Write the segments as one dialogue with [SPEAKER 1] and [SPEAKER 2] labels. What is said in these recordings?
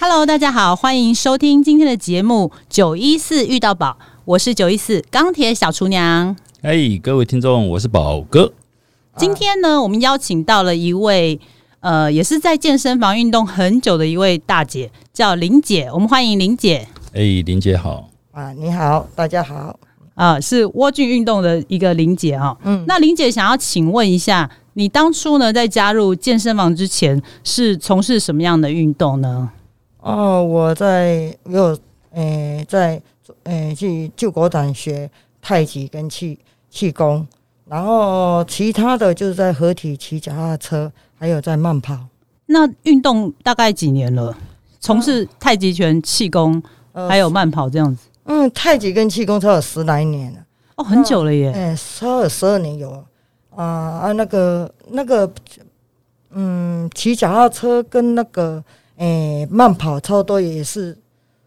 [SPEAKER 1] Hello，大家好，欢迎收听今天的节目《九一四遇到宝》，我是九一四钢铁小厨娘。
[SPEAKER 2] 哎、各位听众，我是宝哥。
[SPEAKER 1] 今天呢，我们邀请到了一位呃，也是在健身房运动很久的一位大姐，叫林姐。我们欢迎林姐，
[SPEAKER 2] 哎、林姐好。
[SPEAKER 3] 啊，你好，大家好。
[SPEAKER 1] 啊、是蜗苣运动的一个林姐哈、嗯，那林姐想要请问一下，你当初呢在加入健身房之前是从事什么样的运动呢？
[SPEAKER 3] 哦，我在我有呃在呃去救国展学太极跟气气功，然后其他的就是在合体骑脚踏车，还有在慢跑。
[SPEAKER 1] 那运动大概几年了？从事太极拳、气功
[SPEAKER 3] 呃
[SPEAKER 1] 还有慢跑这样子，
[SPEAKER 3] 嗯，太极跟气功超有十来年了，
[SPEAKER 1] 哦，很久了耶。
[SPEAKER 3] 嗯、超有十二年有啊啊那个那个嗯骑脚踏车跟那个诶、慢跑差不多也是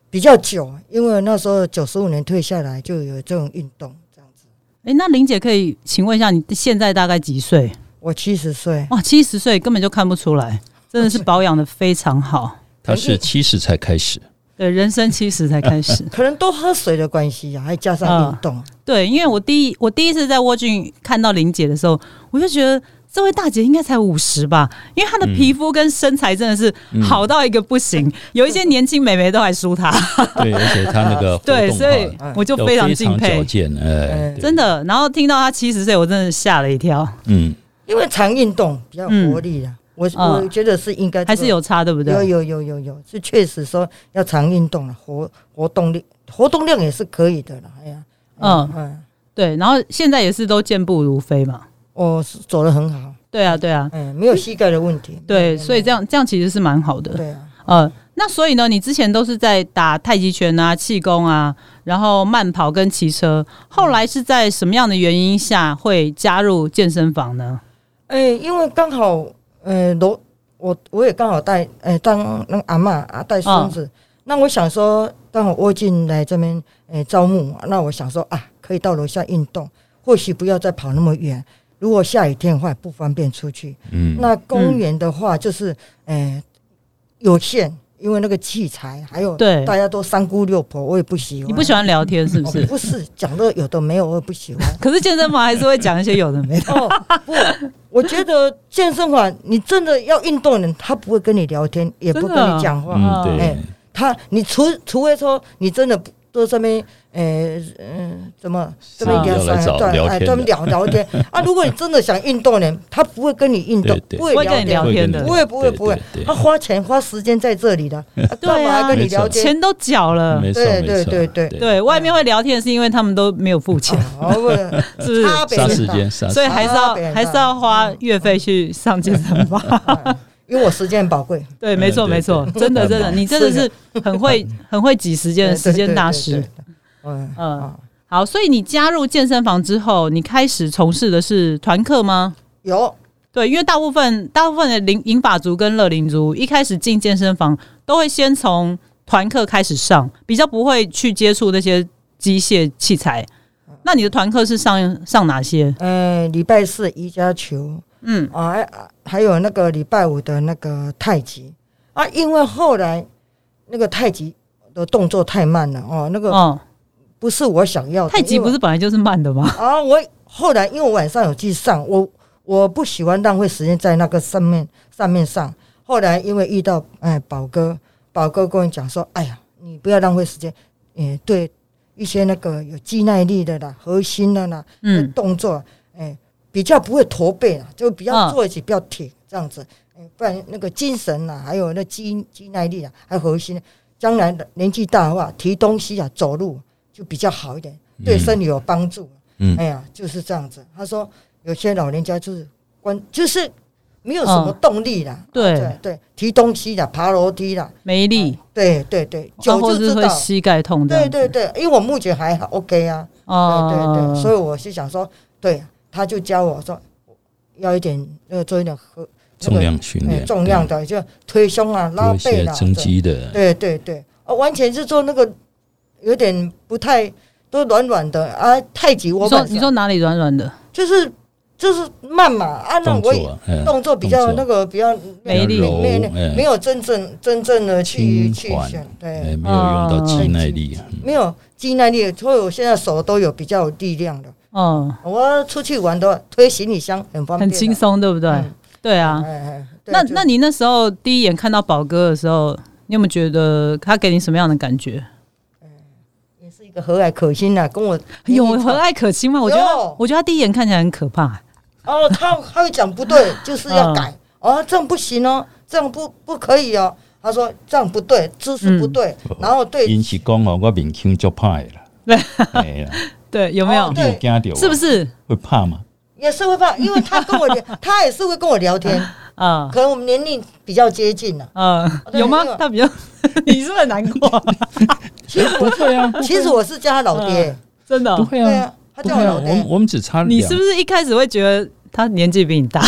[SPEAKER 3] 比较久，因为那时候九十五年退下来就有这种运动这样子。
[SPEAKER 1] 诶，那林姐可以请问一下，你现在大概几岁？
[SPEAKER 3] 我七十岁，
[SPEAKER 1] 哇，七十岁根本就看不出来，真的是保养的非常好。
[SPEAKER 2] 他
[SPEAKER 1] 哎
[SPEAKER 2] 是七十才 开始，
[SPEAKER 1] 对，人生七十才开 始。
[SPEAKER 3] 可能多喝水的关系啊，还加上运动，
[SPEAKER 1] 对，因为我第一我第一次在沃郡看到林姐的时候，我就觉得这位大姐应该才五十吧，因为她
[SPEAKER 2] 嗯
[SPEAKER 1] 的皮肤跟身材真的是好到一个不 行，有一些年轻美眉都还输 她。
[SPEAKER 2] 对，而且他那 个活动
[SPEAKER 1] 对，所以
[SPEAKER 2] 哈
[SPEAKER 1] 我就
[SPEAKER 2] 要
[SPEAKER 1] 非
[SPEAKER 2] 非
[SPEAKER 1] 常敬
[SPEAKER 2] 矫
[SPEAKER 1] 佩，
[SPEAKER 2] 健，哎、
[SPEAKER 3] 嗯
[SPEAKER 2] 对
[SPEAKER 1] 真的。然后听到她七十岁，我真的吓了一跳，
[SPEAKER 2] 嗯，
[SPEAKER 3] 因为常运动比较有活力啊。我
[SPEAKER 1] 嗯
[SPEAKER 3] 我觉得是应该这
[SPEAKER 1] 还
[SPEAKER 3] 个
[SPEAKER 1] 是有差，对不对？
[SPEAKER 3] 有有有有有，是确实说要常运动了，活活动力活动量也是可以的了。哎呀，
[SPEAKER 1] 嗯
[SPEAKER 3] 嗯，
[SPEAKER 1] 对，然后现在也是都健步如飞嘛。
[SPEAKER 3] 我哦是走得很好，
[SPEAKER 1] 对啊，对啊，
[SPEAKER 3] 嗯，没有膝盖的问题。
[SPEAKER 1] 对，所以这样这样其实是蛮好的。
[SPEAKER 3] 对啊，
[SPEAKER 1] 呃，那所以呢，你之前都是在打太极拳啊、气功啊，然后慢跑跟骑车，后来是在什么样的原因下会加入健身房呢？
[SPEAKER 3] 哎、因为刚好，呃，楼我我也刚好带，哎、当那个阿嬷啊带孙
[SPEAKER 1] 哦
[SPEAKER 3] 子，那我想说，刚好窝进来这边，哎、招募，那我想说啊，可以到楼下运动，或许不要再跑那么远。如果下雨天的话，不方便出去。
[SPEAKER 2] 嗯
[SPEAKER 3] 那公园的
[SPEAKER 1] 嗯
[SPEAKER 3] 话，就是，哎、有限，因为那个器材还有，
[SPEAKER 1] 对
[SPEAKER 3] 大家都三姑六婆，我也不喜欢。
[SPEAKER 1] 你不喜欢聊天是不
[SPEAKER 3] 我
[SPEAKER 1] 是？
[SPEAKER 3] 哦不是讲的有的没有，我也不喜 欢。
[SPEAKER 1] 可是健身房还是会讲一些有的 没的。
[SPEAKER 3] 哦，不，我觉得健身房你真的要运动的人，他不会跟你聊天，也不
[SPEAKER 1] 真
[SPEAKER 3] 跟
[SPEAKER 1] 的啊
[SPEAKER 3] 你讲话。
[SPEAKER 2] 嗯，对，
[SPEAKER 3] 哎他，你除除非说你真的都这边，呃，嗯，怎么这边
[SPEAKER 1] 是
[SPEAKER 2] 要
[SPEAKER 3] 聊
[SPEAKER 2] 来找
[SPEAKER 3] 对
[SPEAKER 2] 聊
[SPEAKER 3] 哎，
[SPEAKER 2] 天
[SPEAKER 3] 这边聊聊天啊。如果你真的想运动的人，他不会跟你运动
[SPEAKER 2] 对，对
[SPEAKER 3] 不会
[SPEAKER 1] 不会跟你聊
[SPEAKER 3] 天，
[SPEAKER 1] 天的
[SPEAKER 3] 不会不会
[SPEAKER 2] 对
[SPEAKER 3] 不会
[SPEAKER 2] 对对，
[SPEAKER 3] 他花钱花时间在这里的，啊干
[SPEAKER 1] 对
[SPEAKER 3] 嘛
[SPEAKER 1] 啊
[SPEAKER 3] 还跟你聊 天？
[SPEAKER 1] 钱都缴了，
[SPEAKER 2] 没错
[SPEAKER 3] 啊对
[SPEAKER 2] 没
[SPEAKER 3] 对
[SPEAKER 2] 错，
[SPEAKER 3] 对对
[SPEAKER 1] 对外面会聊天是因为他们都没有付 钱，
[SPEAKER 3] 哦，不
[SPEAKER 1] 是不是？
[SPEAKER 3] 差别
[SPEAKER 2] 杀
[SPEAKER 3] 很
[SPEAKER 2] 时
[SPEAKER 3] 大
[SPEAKER 2] 间，杀时
[SPEAKER 1] 所以
[SPEAKER 2] 间，
[SPEAKER 1] 还是要
[SPEAKER 3] 差别很大
[SPEAKER 1] 还是要花月费去上健身房。
[SPEAKER 3] 因为我时间很宝贵。
[SPEAKER 1] 对，没错，
[SPEAKER 2] 嗯对
[SPEAKER 1] 没错，真 的，真的，你真的是很会很会挤时间的时间大师。
[SPEAKER 3] 对。对对对对嗯
[SPEAKER 1] 嗯
[SPEAKER 3] 啊
[SPEAKER 1] 好，所以你加入健身房之后，你开始从事的是团课吗？
[SPEAKER 3] 有
[SPEAKER 1] 对，因为大部分大部分的零银发族跟乐龄族一开始进健身房都会先从团课开始上，比较不会去接触那些机械器材。那你的团课是上上哪些？
[SPEAKER 3] 嗯，礼拜四瑜伽球
[SPEAKER 1] 嗯，
[SPEAKER 3] 啊，还还有那个礼拜五的那个太极啊，因为后来那个太极的动作太慢了哦，那个
[SPEAKER 1] 哦，
[SPEAKER 3] 不是我想要的。
[SPEAKER 1] 太极
[SPEAKER 3] 哦因为
[SPEAKER 1] 不是本来就是慢的吗？
[SPEAKER 3] 啊，我后来因为我晚上有去上，我我不喜欢浪费时间在那个上面上面上。后来因为遇到哎宝哥，宝哥跟我讲说，哎呀，你不要浪费时间，嗯，对一些那个有肌耐力的啦、核心的啦、
[SPEAKER 1] 嗯
[SPEAKER 3] 动作，哎，比较不会驼背啦，就
[SPEAKER 1] 嗯
[SPEAKER 3] 比较坐起比较挺这样子，哎不然那个精神啦，还有那肌肌耐力啊，还有核心，将来的年纪大的话，提东西啊，走路就比较好一点，对
[SPEAKER 2] 嗯
[SPEAKER 3] 身体有帮助。
[SPEAKER 2] 嗯
[SPEAKER 3] 哎呀，就是这样子。他说有些老人家就是关，就是没有什么动力啦，
[SPEAKER 1] 哦对
[SPEAKER 3] 对对，提东西啦，爬楼梯啦，
[SPEAKER 1] 没力，
[SPEAKER 3] 对对对，
[SPEAKER 1] 然
[SPEAKER 3] 久
[SPEAKER 1] 后
[SPEAKER 3] 就是知
[SPEAKER 1] 会
[SPEAKER 3] 道。
[SPEAKER 1] 膝盖痛的。
[SPEAKER 3] 对对对，因为我目前还好，OK 啊，对对
[SPEAKER 1] 哦
[SPEAKER 3] 对，所以我是想说，对，他就教我说要一点那个做一点和
[SPEAKER 2] 重量训
[SPEAKER 3] 哎
[SPEAKER 2] 练，
[SPEAKER 3] 重量的，就推胸啊、
[SPEAKER 2] 对，
[SPEAKER 3] 拉
[SPEAKER 2] 多一
[SPEAKER 3] 背
[SPEAKER 2] 些
[SPEAKER 3] 啦，
[SPEAKER 2] 增肌的，
[SPEAKER 3] 对对对，啊，完全是做那个有点不太都软软的啊，太极我
[SPEAKER 1] 你说
[SPEAKER 3] 本
[SPEAKER 1] 你说哪里软软的？
[SPEAKER 3] 就是就是慢嘛啊，那
[SPEAKER 2] 动
[SPEAKER 3] 我
[SPEAKER 2] 作
[SPEAKER 3] 也
[SPEAKER 2] 啊，嗯
[SPEAKER 3] 动作比较那
[SPEAKER 2] 动作
[SPEAKER 3] 个比较
[SPEAKER 1] 美丽
[SPEAKER 2] 柔
[SPEAKER 3] 没没
[SPEAKER 2] 哎
[SPEAKER 3] 没有真正真正的去
[SPEAKER 2] 轻
[SPEAKER 3] 去
[SPEAKER 2] 缓
[SPEAKER 3] 选，对
[SPEAKER 2] 哎，，没有用到肌耐力，啊
[SPEAKER 3] 没有肌耐力，所以我现在手都有比较有力量的。
[SPEAKER 1] 嗯，
[SPEAKER 3] 我出去玩都推行李箱很方便
[SPEAKER 1] 很
[SPEAKER 3] 的，
[SPEAKER 1] 轻松，对不对？
[SPEAKER 3] 嗯
[SPEAKER 1] 对啊。
[SPEAKER 3] 哎。哎对
[SPEAKER 1] 那
[SPEAKER 3] 就
[SPEAKER 1] 那你那时候第一眼看到宝哥的时候，你有没有觉得他给你什么样的感觉？
[SPEAKER 3] 也是一个和蔼可亲的，跟我
[SPEAKER 1] 有
[SPEAKER 3] 年纪差
[SPEAKER 1] 和蔼可亲吗？我觉得他
[SPEAKER 3] 有
[SPEAKER 1] 我觉得他第一眼看起来很可怕。
[SPEAKER 3] 哦，他他会讲不 对，就是要改哦，这样不行哦，这样不不可以哦。他说这样不对，姿势不对，然后对
[SPEAKER 2] 因是讲哦，我面孔就怕的啦，哎呀，
[SPEAKER 1] 对，有没有？
[SPEAKER 3] 哦
[SPEAKER 2] 你有惊到？
[SPEAKER 1] 是不是？
[SPEAKER 2] 会怕 吗？
[SPEAKER 3] 也是会怕，因为他跟我 聊，他也是会跟我聊天，
[SPEAKER 1] 啊、
[SPEAKER 3] 可能我们年龄比较接近了、
[SPEAKER 1] 呃，
[SPEAKER 3] 哦对
[SPEAKER 1] 有
[SPEAKER 3] 那个
[SPEAKER 1] 吗？他比 较，你是不是很难过？
[SPEAKER 3] 其实我
[SPEAKER 2] 对啊，
[SPEAKER 3] 其实我是叫他老爹，
[SPEAKER 1] 真的
[SPEAKER 2] 不
[SPEAKER 1] 哦、
[SPEAKER 2] 会
[SPEAKER 3] 对
[SPEAKER 2] 啊，
[SPEAKER 3] 啊，他
[SPEAKER 2] 不
[SPEAKER 3] 叫
[SPEAKER 2] 会
[SPEAKER 3] 我
[SPEAKER 2] 啊，
[SPEAKER 3] 老
[SPEAKER 2] 我们
[SPEAKER 3] 爹。
[SPEAKER 2] 我们只差
[SPEAKER 1] 你
[SPEAKER 2] 两
[SPEAKER 1] 是，不是一开始会觉得他年纪比你 大，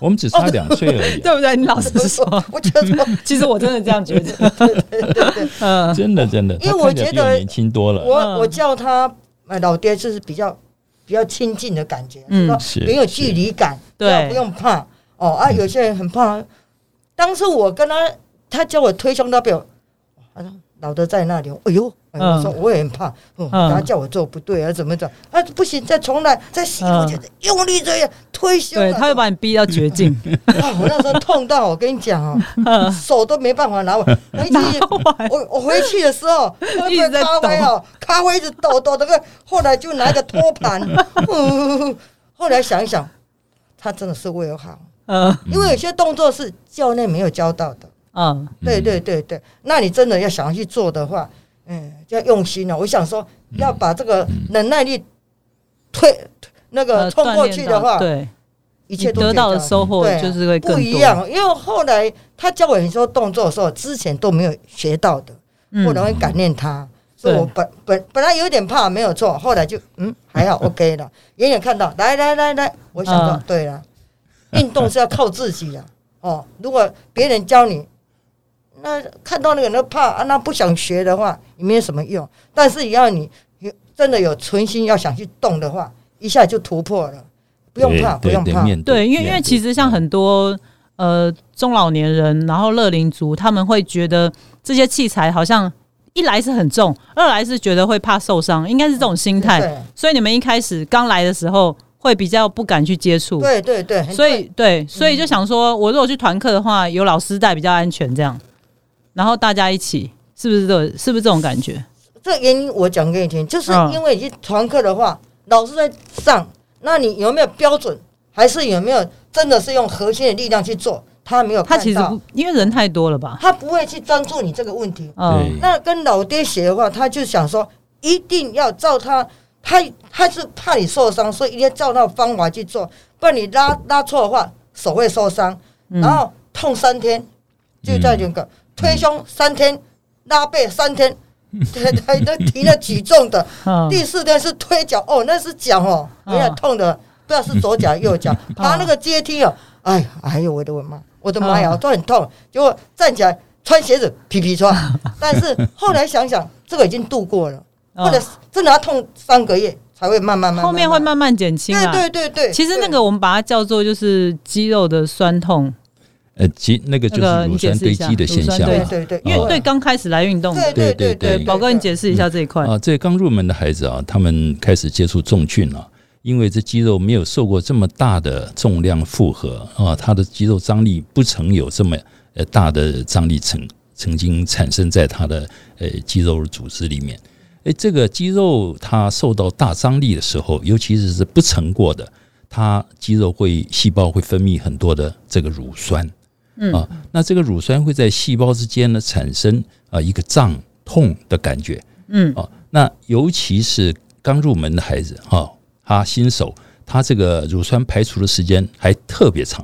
[SPEAKER 2] 我们只差两岁而已
[SPEAKER 1] 哦
[SPEAKER 2] 啊，
[SPEAKER 1] 对不对？你老实 说，
[SPEAKER 3] 我觉得，
[SPEAKER 1] 其实我真的这样觉得。嗯、
[SPEAKER 2] 真的真的，
[SPEAKER 3] 因为
[SPEAKER 2] 他
[SPEAKER 3] 我
[SPEAKER 2] 看起来
[SPEAKER 3] 觉
[SPEAKER 2] 比我
[SPEAKER 3] 得
[SPEAKER 2] 年轻多了，
[SPEAKER 3] 我我叫他呃老爹，就是比较比较亲近的感觉，
[SPEAKER 1] 嗯
[SPEAKER 3] 就是说没有
[SPEAKER 2] 是
[SPEAKER 3] 距离感，
[SPEAKER 1] 对
[SPEAKER 3] 不要不用怕哦啊。有些人很怕，当时我跟他，他叫我推胸大表，他说老的在那里，哎呦，哎
[SPEAKER 1] 嗯
[SPEAKER 3] 我说我也很怕，嗯，
[SPEAKER 1] 嗯
[SPEAKER 3] 他叫我做不对啊，怎么着啊？不行，再重来，再洗，
[SPEAKER 1] 嗯
[SPEAKER 3] 我就用力这样推胸啊，
[SPEAKER 1] 对，他会把你逼到绝境。
[SPEAKER 3] 哇，我那时候痛到我跟你讲
[SPEAKER 1] 嗯
[SPEAKER 3] 哦，手都没办法拿稳。我一直我我回去的时候，喝
[SPEAKER 1] 一
[SPEAKER 3] 杯
[SPEAKER 1] 直在
[SPEAKER 3] 咖啡哦，咖啡一直抖抖那个，后来就拿一个托 盘。嗯后来想一想，他真的是为我好，
[SPEAKER 1] 嗯
[SPEAKER 3] 因为有些动作是教练没有教到的。
[SPEAKER 1] 嗯
[SPEAKER 3] 对对对对，那你真的要想要去做的话，嗯，就要用心了。我想说，
[SPEAKER 1] 嗯
[SPEAKER 3] 要把这个忍耐力推那个
[SPEAKER 1] 呃，
[SPEAKER 3] 冲过
[SPEAKER 1] 锻
[SPEAKER 3] 去
[SPEAKER 1] 炼
[SPEAKER 3] 的
[SPEAKER 1] 到
[SPEAKER 3] 话，
[SPEAKER 1] 对，
[SPEAKER 3] 一切
[SPEAKER 1] 你
[SPEAKER 3] 都
[SPEAKER 1] 得
[SPEAKER 3] 解
[SPEAKER 1] 到的
[SPEAKER 3] 决了
[SPEAKER 1] 收获
[SPEAKER 3] 对啊
[SPEAKER 1] 就是会更
[SPEAKER 3] 不一
[SPEAKER 1] 多。
[SPEAKER 3] 样，因为后来他教我很多动作的时候，之前都没有学到的，
[SPEAKER 1] 嗯
[SPEAKER 3] 后来我很感念他，所以我本本本来有点怕，没有错，后来就嗯 还好 OK 了，远远看到来来来来，我想到、
[SPEAKER 1] 嗯
[SPEAKER 3] 对了，运动是要靠自己的 哦，如果别人教你。那看到那个人都怕啊，那不想学的话，也没有什么用。但是也要你有真的有存心要想去动的话，一下就突破了，不用怕，不
[SPEAKER 2] 对
[SPEAKER 3] 用
[SPEAKER 2] 对
[SPEAKER 3] 怕。
[SPEAKER 2] 面
[SPEAKER 1] 对，因为因为
[SPEAKER 2] 面
[SPEAKER 1] 其实像很多呃中老年人，然后乐龄族，他们会觉得这些器材好像一来是很重，二来是觉得会怕受伤，应该是这种心态。
[SPEAKER 3] 对
[SPEAKER 1] 所以你们一开始刚来的时候会比较不敢去接触，
[SPEAKER 3] 对对对，很嗯
[SPEAKER 1] 所以对，所以就想说，我如果去团课的话，有老师带比较安全，这样，然后大家一起，是不是这是不是这种感觉？
[SPEAKER 3] 这原因我讲给你听，就是
[SPEAKER 1] 嗯
[SPEAKER 3] 因为你团课的话，老师在上，那你有没有标准，还是有没有真的是用核心的力量去做？他没有
[SPEAKER 1] 他
[SPEAKER 3] 哦看到，
[SPEAKER 1] 其实不，因为人太多了吧？
[SPEAKER 3] 他不会去专注你这个问题。
[SPEAKER 1] 嗯，
[SPEAKER 2] 对
[SPEAKER 3] 那跟老爹学的话，他就想说一定要照他，他他是怕你受伤，所以一定要照那方法去做，不然你拉拉错的话，手会受伤，
[SPEAKER 1] 嗯
[SPEAKER 3] 然后痛三天，就在那个、推胸三天，拉背三天。对对，都提了举重的，
[SPEAKER 1] 嗯
[SPEAKER 3] 第四天是推脚，哦，那是脚哦，
[SPEAKER 1] 嗯
[SPEAKER 3] 有点痛的，不知道是左脚右脚，爬那个阶梯哦，哎呀，哎呦我的妈，我的妈呀，
[SPEAKER 1] 嗯
[SPEAKER 3] 都很痛。结果站起来穿鞋子，皮皮穿。但是后来想想，这个已经度过了，或者
[SPEAKER 1] 嗯
[SPEAKER 3] 真的要痛三个月才会慢慢慢慢
[SPEAKER 1] 后面会慢慢减轻
[SPEAKER 3] 对
[SPEAKER 1] 啊。
[SPEAKER 3] 对对对，
[SPEAKER 1] 其实那
[SPEAKER 3] 对
[SPEAKER 1] 个我们把它叫做就是肌肉的酸痛，
[SPEAKER 2] 呃，肌那个就
[SPEAKER 1] 那个
[SPEAKER 2] 是乳
[SPEAKER 1] 你解
[SPEAKER 2] 酸
[SPEAKER 1] 释
[SPEAKER 2] 堆
[SPEAKER 1] 一下
[SPEAKER 2] 积的现
[SPEAKER 1] 乳酸
[SPEAKER 2] 象啊
[SPEAKER 1] 堆
[SPEAKER 2] 嘛
[SPEAKER 1] 积。
[SPEAKER 3] 对对对，
[SPEAKER 1] 因为对刚开始来运动
[SPEAKER 3] 对
[SPEAKER 1] 的，
[SPEAKER 3] 对
[SPEAKER 2] 对对
[SPEAKER 3] 对
[SPEAKER 1] 对
[SPEAKER 2] 对
[SPEAKER 1] 宝哥，你解释一下这一块。
[SPEAKER 2] 啊，这刚入门的孩子啊，他们开始接触重训了、因为这肌肉没有受过这么大的重量负荷啊，他的肌肉张力不曾有这么呃大的张力曾曾经产生在他的呃肌肉组织里面。诶，这个肌肉它受到大张力的时候，尤其是是不曾过的，它肌肉会细胞会分泌很多的这个乳酸，嗯啊，那这个乳酸会在细胞之间呢产生啊一个胀痛的感觉，
[SPEAKER 1] 嗯
[SPEAKER 2] 哦，那尤其是刚入门的孩子哈、他新手，他这个乳酸排除的时间还特别长，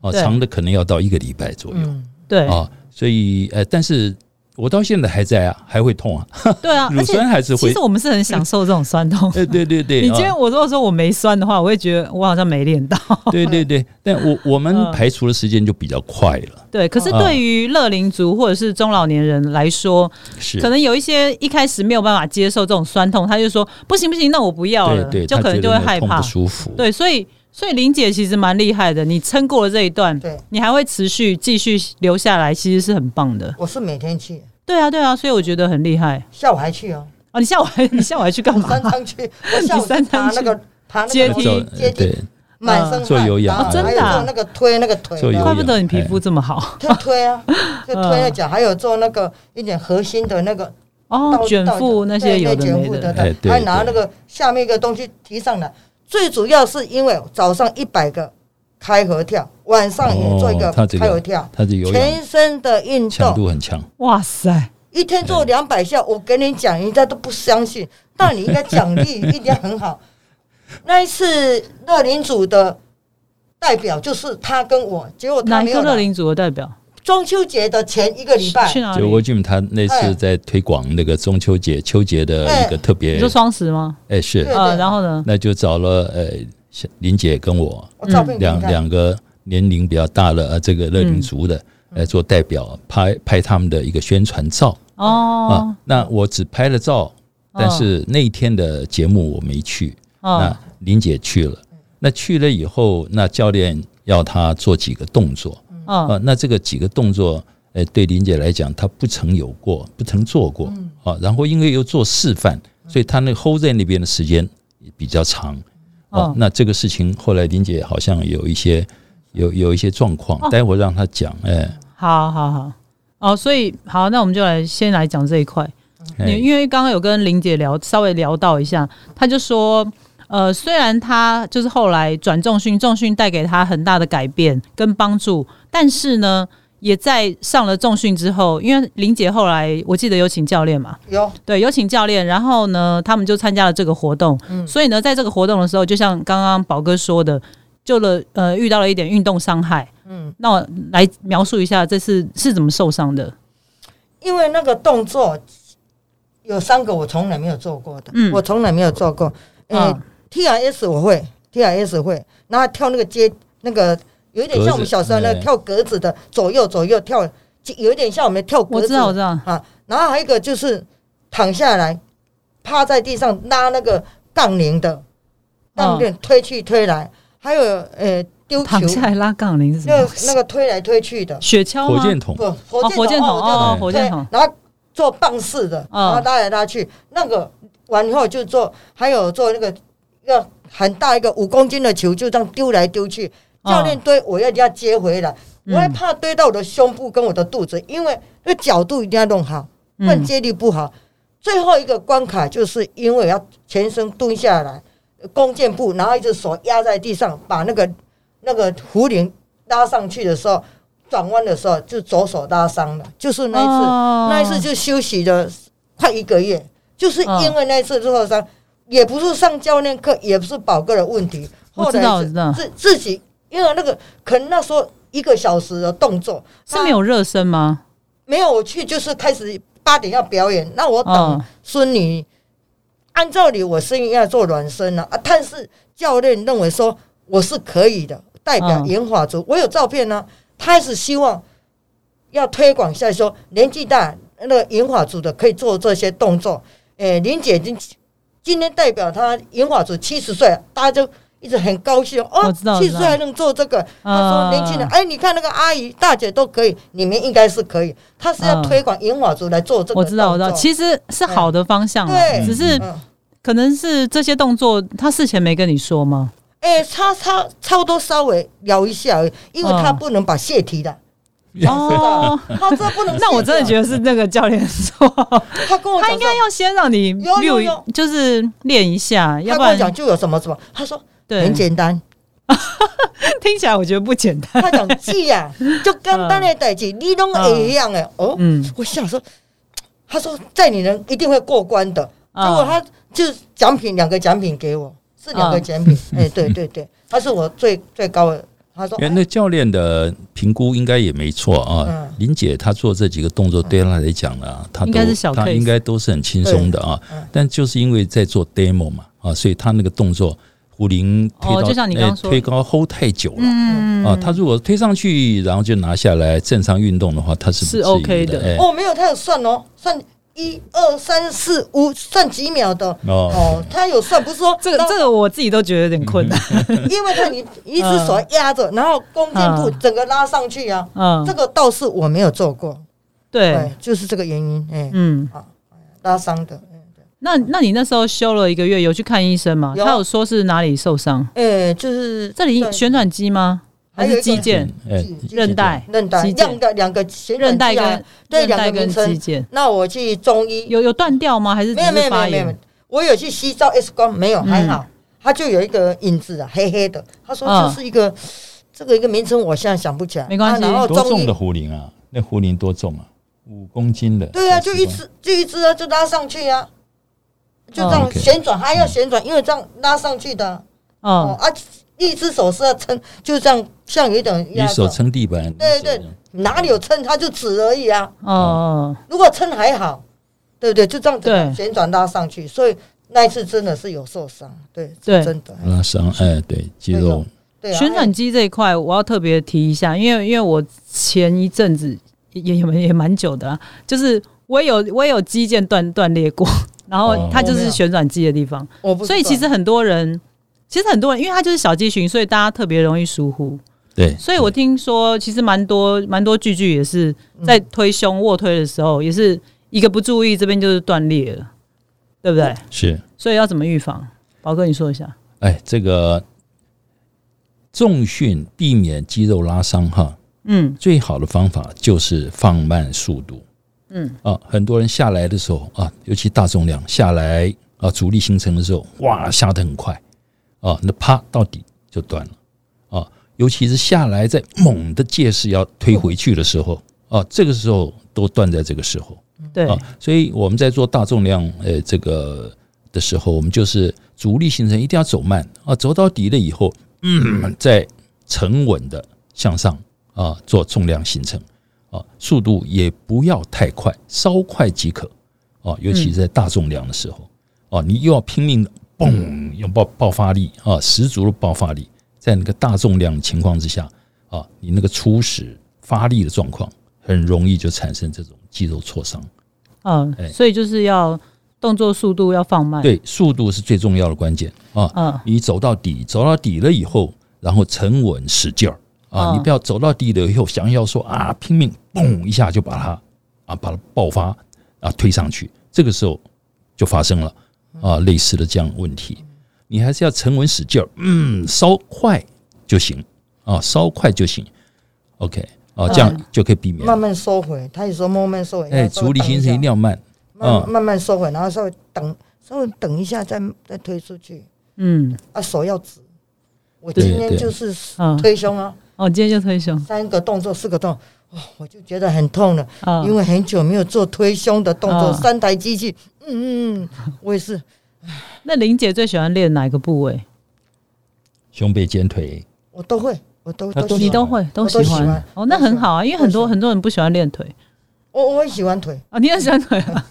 [SPEAKER 2] 哦，
[SPEAKER 1] 对嗯
[SPEAKER 2] 长的可能要到一个礼拜左右
[SPEAKER 1] 对
[SPEAKER 2] 啊、哦，所以呃，但是我到现在还在啊，还会痛啊，
[SPEAKER 1] 对啊，
[SPEAKER 2] 乳
[SPEAKER 1] 而且
[SPEAKER 2] 酸还是
[SPEAKER 1] 其
[SPEAKER 2] 会
[SPEAKER 1] 实，我们是很享受这种酸痛。
[SPEAKER 2] 呃， 对对对，
[SPEAKER 1] 你今
[SPEAKER 2] 啊
[SPEAKER 1] 天我如果说我没酸的话，我会觉得我好像没练到。
[SPEAKER 2] 对对对，但我我们
[SPEAKER 1] 嗯
[SPEAKER 2] 排除的时间就比较快了，
[SPEAKER 1] 对，可是
[SPEAKER 2] 哦
[SPEAKER 1] 对于乐龄族或者是中老年人来说，
[SPEAKER 2] 是
[SPEAKER 1] 可能有一些一开始没有办法接受这种酸痛，他就说不行不行，那我不要了，
[SPEAKER 2] 对对，
[SPEAKER 1] 就
[SPEAKER 2] 他
[SPEAKER 1] 可能
[SPEAKER 2] 觉
[SPEAKER 1] 就
[SPEAKER 2] 得
[SPEAKER 1] 会
[SPEAKER 2] 那
[SPEAKER 1] 害
[SPEAKER 2] 痛
[SPEAKER 1] 怕
[SPEAKER 2] 不。舒服，
[SPEAKER 1] 对，所以所以林姐其实蛮厉害的，你撑过了这一段，
[SPEAKER 3] 对，
[SPEAKER 1] 你还会持续继续留下来，其实是很棒的。
[SPEAKER 3] 我是每天去，
[SPEAKER 1] 对啊，对啊，所以我觉得很厉害
[SPEAKER 3] 下午还去哦，
[SPEAKER 1] 啊！你下午还你下午还去干嘛？
[SPEAKER 3] 三趟去，我下 午
[SPEAKER 1] 你三
[SPEAKER 3] 爬
[SPEAKER 1] 趟去
[SPEAKER 3] 那个爬那个
[SPEAKER 1] 阶梯
[SPEAKER 2] 走
[SPEAKER 3] 阶梯，
[SPEAKER 2] 对，
[SPEAKER 3] 满身汗
[SPEAKER 2] 嗯做有氧
[SPEAKER 3] 然后
[SPEAKER 1] 哦真的啊
[SPEAKER 3] 还有做那个推那个腿
[SPEAKER 2] 做有
[SPEAKER 1] 怪
[SPEAKER 2] 氧
[SPEAKER 1] 不得你皮
[SPEAKER 2] 哎
[SPEAKER 1] 肤这么好
[SPEAKER 3] 推 推啊，就推了脚，还有做那个一点核心的那个
[SPEAKER 1] 哦
[SPEAKER 3] 倒，
[SPEAKER 1] 卷
[SPEAKER 3] 倒
[SPEAKER 1] 腹那些
[SPEAKER 3] 对
[SPEAKER 1] 有
[SPEAKER 3] 卷
[SPEAKER 1] 的没
[SPEAKER 3] 腹
[SPEAKER 1] 的，
[SPEAKER 2] 哎对
[SPEAKER 3] 还拿那个下面一个东西提上来。最主要是因为早上一百个开合跳，晚上也做一个
[SPEAKER 2] 哦他这个
[SPEAKER 3] 开合跳，
[SPEAKER 2] 它是有氧
[SPEAKER 3] 全身的运
[SPEAKER 2] 强
[SPEAKER 3] 动，
[SPEAKER 2] 度很强，
[SPEAKER 1] 哇塞！
[SPEAKER 3] 一天
[SPEAKER 2] 哎
[SPEAKER 3] 做两百下。我跟你讲，人家都不 相信，那你应该奖励一定很好。那一次乐龄组的代表就是他跟我，结果他
[SPEAKER 1] 哪
[SPEAKER 3] 没
[SPEAKER 1] 一
[SPEAKER 3] 有
[SPEAKER 1] 个乐
[SPEAKER 3] 来。
[SPEAKER 1] 龄组的代表？
[SPEAKER 3] 中秋节的前一个礼拜
[SPEAKER 1] 去，哪
[SPEAKER 2] 就我
[SPEAKER 1] 里？
[SPEAKER 2] Jim 他那
[SPEAKER 3] 哎
[SPEAKER 2] 次在推广那个中秋节、秋节的一个特别
[SPEAKER 1] 你，说双十吗？
[SPEAKER 2] 哎是
[SPEAKER 3] 对，
[SPEAKER 1] 啊，然后呢？
[SPEAKER 2] 那就找了呃小林姐跟我
[SPEAKER 3] 我照片给
[SPEAKER 2] 两
[SPEAKER 3] 你看，
[SPEAKER 2] 两个年龄比较大的呃这个乐
[SPEAKER 1] 嗯
[SPEAKER 2] 龄族的来做代表，拍拍他们的一个宣传照
[SPEAKER 1] 哦嗯
[SPEAKER 2] 啊，。那我只拍了照，但是那一天的节目我没去，
[SPEAKER 1] 哦
[SPEAKER 2] 那林姐去了，那去了以后，那教练要她做几个动作啊、
[SPEAKER 1] 哦
[SPEAKER 2] 那这个几个动作，呃，对林姐来讲，她不曾有过，不曾做过啊。然后因为又做示范，所以她那个 hold 在那边的时间也比较长啊
[SPEAKER 1] 哦。
[SPEAKER 2] 那这个事情后来林姐好像有一些有有一些状况，待会让她讲，哎，
[SPEAKER 1] 好好好哦，所以好，那我们就来先来讲这一块。你
[SPEAKER 2] 哎
[SPEAKER 1] 因为刚刚有跟林姐聊，稍微聊到一下，她就说，呃，虽然她就是后来转重训，重训带给她很大的改变跟帮助，但是呢，也在上了重训之后，因为林姐后来我记得有请教练嘛，
[SPEAKER 3] 有
[SPEAKER 1] 对，有请教练，然后呢，他们就参加了这个活动。所以呢，在这个活动的时候，就像刚刚宝哥说的，就了呃遇到了一点运动伤害。嗯，那我来描述一下这次是怎么受伤的。
[SPEAKER 3] 因为那个动作有三个我从来没有做过的，
[SPEAKER 1] 嗯
[SPEAKER 3] 我从来没有做过。呃、
[SPEAKER 1] 嗯
[SPEAKER 3] t R S 我会，T R S 会，然后跳那个街那个有一点像我们小时候那
[SPEAKER 2] 格子
[SPEAKER 3] 个
[SPEAKER 2] 哎
[SPEAKER 3] 跳格子的，左右左右跳，有一点像我们跳格
[SPEAKER 1] 我
[SPEAKER 3] 子。
[SPEAKER 1] 知道，我知道。
[SPEAKER 3] 啊，然后还有一个就是躺下来，趴在地上拉那个杠铃的杠铃推去推来，还有呃丢球
[SPEAKER 1] 躺，下来拉杠铃是什
[SPEAKER 3] 那
[SPEAKER 1] 么
[SPEAKER 3] 个？那个推来推去的，
[SPEAKER 1] 雪橇
[SPEAKER 2] 火
[SPEAKER 1] 吗？
[SPEAKER 2] 箭筒
[SPEAKER 3] 不火
[SPEAKER 1] 哦
[SPEAKER 3] 箭
[SPEAKER 1] 火箭
[SPEAKER 3] 筒
[SPEAKER 1] 筒哦，
[SPEAKER 2] 对
[SPEAKER 1] 火
[SPEAKER 3] 对，
[SPEAKER 1] 箭筒。
[SPEAKER 3] 然后做棒式的，
[SPEAKER 1] 嗯
[SPEAKER 3] 然后拉来拉去，那个完以后就做，还有做那个要很大一个五公斤的球，就这样丢来丢去。
[SPEAKER 1] 嗯
[SPEAKER 3] 教练堆，我要要接回来，
[SPEAKER 1] 嗯
[SPEAKER 3] 我还怕堆到我的胸部跟我的肚子，因为那个角度一定要弄好，不然
[SPEAKER 1] 嗯
[SPEAKER 3] 接力不好。最后一个关卡就是因为要全身蹲下来，弓箭步，然后一只手压在地上，把那个那个壶铃拉上去的时候，转弯的时候就左手拉伤了，就是那一次。
[SPEAKER 1] 哦
[SPEAKER 3] 那一次就休息了快一个月，就是因为那一次受伤，也不是上教练课，也不是宝哥的问题，
[SPEAKER 1] 我
[SPEAKER 3] 后
[SPEAKER 1] 知
[SPEAKER 3] 来
[SPEAKER 1] 道我
[SPEAKER 3] 是
[SPEAKER 1] 知道
[SPEAKER 3] 自自己因为那个可能那时候一个小时的动作
[SPEAKER 1] 是没有热身吗？
[SPEAKER 3] 没有我去，就是开始八点要表演，那我等
[SPEAKER 1] 嗯
[SPEAKER 3] 孙女。按照理我是应该做暖身了啊，但是教练认为说我是可以的，代表
[SPEAKER 1] 嗯
[SPEAKER 3] 研华族，我有照片呢、啊他还是希望要推广一下说年纪大那个银法组的可以做这些动作。诶、林姐已经今天代表她银法组七十岁，大家就一直很高兴
[SPEAKER 1] 我
[SPEAKER 3] 哦
[SPEAKER 1] 知道，我
[SPEAKER 3] 七
[SPEAKER 1] 知
[SPEAKER 3] 十
[SPEAKER 1] 道
[SPEAKER 3] 岁还能做这个。他
[SPEAKER 1] 嗯
[SPEAKER 3] 说年轻人，哎、你看那个阿姨大姐都可以，你们应该是可以。他是要
[SPEAKER 1] 嗯
[SPEAKER 3] 推广银法组来做这个
[SPEAKER 1] 我知道，我知道，
[SPEAKER 3] 动作
[SPEAKER 1] 其实是好的方向啊，
[SPEAKER 3] 对
[SPEAKER 1] 只是
[SPEAKER 3] 嗯
[SPEAKER 1] 可能是这些动作他事前没跟你说吗？
[SPEAKER 3] 哎、差差差不多稍微聊一下而已，因为他
[SPEAKER 1] 嗯
[SPEAKER 3] 不能把泄题的，
[SPEAKER 1] 哦，
[SPEAKER 3] 他这不能。
[SPEAKER 1] 那我真的觉得是那个教练错，
[SPEAKER 3] 得他跟我
[SPEAKER 1] 他
[SPEAKER 3] 讲
[SPEAKER 1] 应
[SPEAKER 3] 说
[SPEAKER 1] 该要先让你
[SPEAKER 3] 有有有
[SPEAKER 1] 就是练一下，要
[SPEAKER 3] 他
[SPEAKER 1] 不
[SPEAKER 3] 跟我
[SPEAKER 1] 然
[SPEAKER 3] 讲就有什么什么，他说
[SPEAKER 1] 对
[SPEAKER 3] 很，简单，
[SPEAKER 1] 听起来我觉得不简单。
[SPEAKER 3] 他讲 记啊，就简单的代志，你拢会样的哦。
[SPEAKER 1] 嗯，
[SPEAKER 3] 我想说，他说在你人一定会过关的，结
[SPEAKER 1] 啊
[SPEAKER 3] 果他就奖品两个奖品给我，是两个奖品，
[SPEAKER 1] 啊
[SPEAKER 3] 哎，对对对，他是我最最高的。他
[SPEAKER 1] 哦
[SPEAKER 3] 说
[SPEAKER 2] 因为那教练的评估应该也没错啊
[SPEAKER 3] 嗯，
[SPEAKER 2] 林姐她做这几个动作对她来讲呢，她都
[SPEAKER 1] 应该是小
[SPEAKER 2] 她
[SPEAKER 1] case
[SPEAKER 2] 应该都是很轻松的啊
[SPEAKER 3] 嗯。
[SPEAKER 2] 但就是因为在做 demo 嘛啊，所以她那个动作壶铃推
[SPEAKER 1] 哦
[SPEAKER 2] 高，
[SPEAKER 1] 就像你刚刚
[SPEAKER 2] 哎
[SPEAKER 1] 说
[SPEAKER 2] 推高 hold 太久了
[SPEAKER 1] 嗯
[SPEAKER 2] 啊。她如果推上去然后就拿下来正常运动的话，她是
[SPEAKER 1] 是
[SPEAKER 2] 不至于
[SPEAKER 1] OK 的
[SPEAKER 2] 的。哎
[SPEAKER 3] 哦，没有，他有算哦，算一二三四五算几秒的
[SPEAKER 2] 哦，
[SPEAKER 3] 哦，他有算，不是说
[SPEAKER 1] 这个
[SPEAKER 3] 当
[SPEAKER 1] 这个我自己都觉得有点困难。
[SPEAKER 3] 因为他你一只手压着，然后弓箭步
[SPEAKER 1] 嗯
[SPEAKER 3] 整个拉上去啊，
[SPEAKER 1] 嗯
[SPEAKER 3] 这，个倒是我没有做过，
[SPEAKER 1] 对
[SPEAKER 3] 对，，就是这个原因，哎，
[SPEAKER 1] 嗯，
[SPEAKER 3] 拉伤的，
[SPEAKER 1] 那那你那时候休了一个月，有去看医生吗？
[SPEAKER 3] 嗯有
[SPEAKER 1] 他有说是哪里受伤？
[SPEAKER 3] 哎，就是
[SPEAKER 1] 这里
[SPEAKER 3] 对
[SPEAKER 1] 旋转肌吗？还
[SPEAKER 3] 还有一
[SPEAKER 1] 是
[SPEAKER 3] 个
[SPEAKER 1] 肌腱、
[SPEAKER 2] 哎
[SPEAKER 3] 肌肌
[SPEAKER 1] 韧带、
[SPEAKER 3] 韧带
[SPEAKER 1] 肌
[SPEAKER 3] 两
[SPEAKER 1] 腱、
[SPEAKER 3] 个两个旋转
[SPEAKER 1] 韧带
[SPEAKER 3] 肌啊
[SPEAKER 1] 跟
[SPEAKER 3] 对
[SPEAKER 1] 韧
[SPEAKER 3] 两
[SPEAKER 1] 带
[SPEAKER 3] 个名
[SPEAKER 1] 跟
[SPEAKER 3] 称
[SPEAKER 1] 肌。腱
[SPEAKER 3] 那我去中医，
[SPEAKER 1] 有有断掉吗？还是只
[SPEAKER 3] 没有没
[SPEAKER 1] 是
[SPEAKER 3] 有没
[SPEAKER 1] 发
[SPEAKER 3] 有没有
[SPEAKER 1] 炎？，
[SPEAKER 3] 我有去西照 X 光，没有
[SPEAKER 1] 嗯
[SPEAKER 3] 还好，它就有一个影子啊，黑黑的。他说
[SPEAKER 1] 嗯
[SPEAKER 3] 这是一个这个一个名称，我现在想不起来。
[SPEAKER 1] 没关系
[SPEAKER 3] 啊然后
[SPEAKER 2] 多
[SPEAKER 3] 中
[SPEAKER 2] 重
[SPEAKER 3] 医
[SPEAKER 2] 的狐狸啊？那狐狸多重啊？五公斤的。
[SPEAKER 3] 对啊，就
[SPEAKER 2] 才
[SPEAKER 3] 一
[SPEAKER 2] 10公斤
[SPEAKER 3] 只就一只啊，就拉上去啊，就这
[SPEAKER 2] 哦
[SPEAKER 3] 样
[SPEAKER 2] ，OK
[SPEAKER 3] 旋转，它要旋转，因为这样拉上去的哦
[SPEAKER 1] 嗯，
[SPEAKER 3] 啊，一只手是要撑，就这样像有一点
[SPEAKER 2] 你
[SPEAKER 3] 压
[SPEAKER 2] 手
[SPEAKER 3] 着，
[SPEAKER 2] 撑地板，
[SPEAKER 3] 对
[SPEAKER 2] 你
[SPEAKER 3] 对
[SPEAKER 2] 手，
[SPEAKER 3] 哪里有撑它就指而已啊，
[SPEAKER 1] 哦哦，
[SPEAKER 3] 如果撑还好，对不对？就这样
[SPEAKER 1] 对
[SPEAKER 3] 子旋转拉上去，所以那一次真的是有受伤，对，
[SPEAKER 1] 对
[SPEAKER 3] 是真的，
[SPEAKER 2] 拉伤，哎，对，肌肉，
[SPEAKER 3] 对啊，
[SPEAKER 1] 旋转肌这一块我要特别提一下，因为因为我前一阵子也也也也蛮久的、啊，就是我也有我也有肌腱断断裂过， 然后
[SPEAKER 2] 哦
[SPEAKER 1] 它就
[SPEAKER 3] 我没
[SPEAKER 1] 是
[SPEAKER 3] 有
[SPEAKER 1] 旋转肌的地方。
[SPEAKER 3] 我不知
[SPEAKER 1] 所
[SPEAKER 3] 道，
[SPEAKER 1] 以其实很多人，其实很多人，因为他就是小肌群，所以大家特别容易疏忽。
[SPEAKER 2] 对，
[SPEAKER 1] 所以我听说，其实蛮多蛮多剧剧也是在推胸卧推的时候，也是一个不注意，这边就是断裂了，对不对？
[SPEAKER 2] 是，
[SPEAKER 1] 所以要怎么预防？宝哥，你说一下。
[SPEAKER 2] 哎，这个重训避免肌肉拉伤哈，
[SPEAKER 1] 嗯
[SPEAKER 2] 最好的方法就是放慢速度。
[SPEAKER 1] 嗯
[SPEAKER 2] 啊，很多人下来的时候啊，尤其大重量下来啊，阻力形成的时候，哇，下得很快啊，那啪到底就断了啊。尤其是下来在猛的借势要推回去的时候啊，这个时候都断在这个时候。
[SPEAKER 1] 对，
[SPEAKER 2] 啊，所以我们在做大重量呃这个的时候，我们就是阻力形成一定要走慢啊，走到底了以后，嗯，再沉稳的向上啊做重量形成啊，速度也不要太快，稍快即可啊，尤其是在大重量的时候啊，你又要拼命的嘣，要爆爆发力啊，十足的爆发力，在那个大重量的情况之下啊，你那个初始发力的状况。很容易就产生这种肌肉挫伤。
[SPEAKER 1] 嗯
[SPEAKER 2] 哎，
[SPEAKER 1] 所以就是要动作速度要放慢。，
[SPEAKER 2] 对，速度是最重要的关键啊！
[SPEAKER 1] 嗯
[SPEAKER 2] 你走到底，走到底了以后，然后沉稳使劲儿啊！
[SPEAKER 1] 嗯
[SPEAKER 2] 你不要走到底了以后，想要说啊拼命嘣一下就把它啊把它爆发啊推上去，这个时候就发生了啊类似的这样的问题。你还是要沉稳使劲儿，嗯，稍快就行啊，稍快就行。OK 啊，这样就可以避免。
[SPEAKER 3] 嗯慢慢收回，他也说慢慢收回，
[SPEAKER 2] 哎，
[SPEAKER 3] 要稍微
[SPEAKER 2] 处理
[SPEAKER 3] 等
[SPEAKER 2] 形
[SPEAKER 3] 一
[SPEAKER 2] 成
[SPEAKER 3] 下
[SPEAKER 2] 一定要慢，
[SPEAKER 3] 慢
[SPEAKER 2] 嗯
[SPEAKER 3] 慢慢收回，然后稍微等，稍微等一下再再推出去，
[SPEAKER 1] 嗯
[SPEAKER 3] 啊，手要直。我
[SPEAKER 2] 对
[SPEAKER 3] 今天
[SPEAKER 2] 对
[SPEAKER 3] 就是
[SPEAKER 1] 嗯，
[SPEAKER 3] 推胸啊，
[SPEAKER 1] 哦，今天就推胸
[SPEAKER 3] 三个动作四个动作，哇，我就觉得很痛了。
[SPEAKER 1] 啊，
[SPEAKER 3] 因为很久没有做推胸的动作，
[SPEAKER 1] 嗯
[SPEAKER 3] 三台机器，嗯嗯，嗯，我也是，
[SPEAKER 1] 那玲姐最喜欢练哪个部位？
[SPEAKER 2] 胸背肩腿。
[SPEAKER 3] 我都会，我都
[SPEAKER 2] 他
[SPEAKER 3] 都
[SPEAKER 2] 都
[SPEAKER 3] 喜
[SPEAKER 1] 你
[SPEAKER 2] 喜
[SPEAKER 3] 欢，
[SPEAKER 1] 啊都
[SPEAKER 2] 欢
[SPEAKER 1] 会都
[SPEAKER 3] 我
[SPEAKER 1] 喜
[SPEAKER 3] 都喜
[SPEAKER 1] 欢
[SPEAKER 3] 欢
[SPEAKER 1] 哦，那很好啊，因为很多
[SPEAKER 3] 我喜欢
[SPEAKER 1] 很多人不喜欢练腿
[SPEAKER 3] 我我也喜欢腿，
[SPEAKER 1] 哦，你也喜欢腿啊？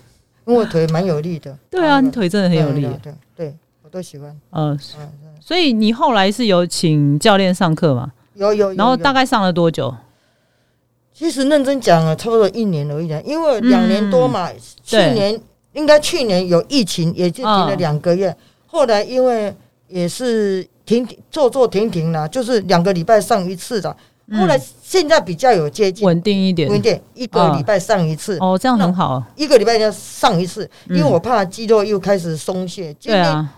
[SPEAKER 3] 因为我腿蛮有力的。
[SPEAKER 1] 对啊，你腿真的很有力
[SPEAKER 3] 嗯对。对对对，我都喜欢。
[SPEAKER 1] 呃，
[SPEAKER 3] 嗯，嗯
[SPEAKER 1] 所以你后来是有请教练上课嘛？
[SPEAKER 3] 有有。
[SPEAKER 1] 然后大
[SPEAKER 3] 概
[SPEAKER 1] 概上了多久？
[SPEAKER 3] 其实认真讲啊，差不多一年而已啊，因为两年多嘛，
[SPEAKER 1] 嗯
[SPEAKER 3] 去
[SPEAKER 1] 对
[SPEAKER 3] 年应该去年有疫情，也就停了
[SPEAKER 1] 嗯
[SPEAKER 3] 两个月。后来因为也是停做做停停啦，就是两个礼拜上一次的。后来
[SPEAKER 1] 嗯
[SPEAKER 3] 现在比较有接近，
[SPEAKER 1] 稳定一点
[SPEAKER 3] 有一点一个礼拜上一次。
[SPEAKER 1] 哦，这样很好。
[SPEAKER 3] 一个礼拜要上一次，
[SPEAKER 1] 嗯
[SPEAKER 3] 因为我怕肌肉又开始松懈。今
[SPEAKER 1] 对
[SPEAKER 3] 天、
[SPEAKER 1] 啊，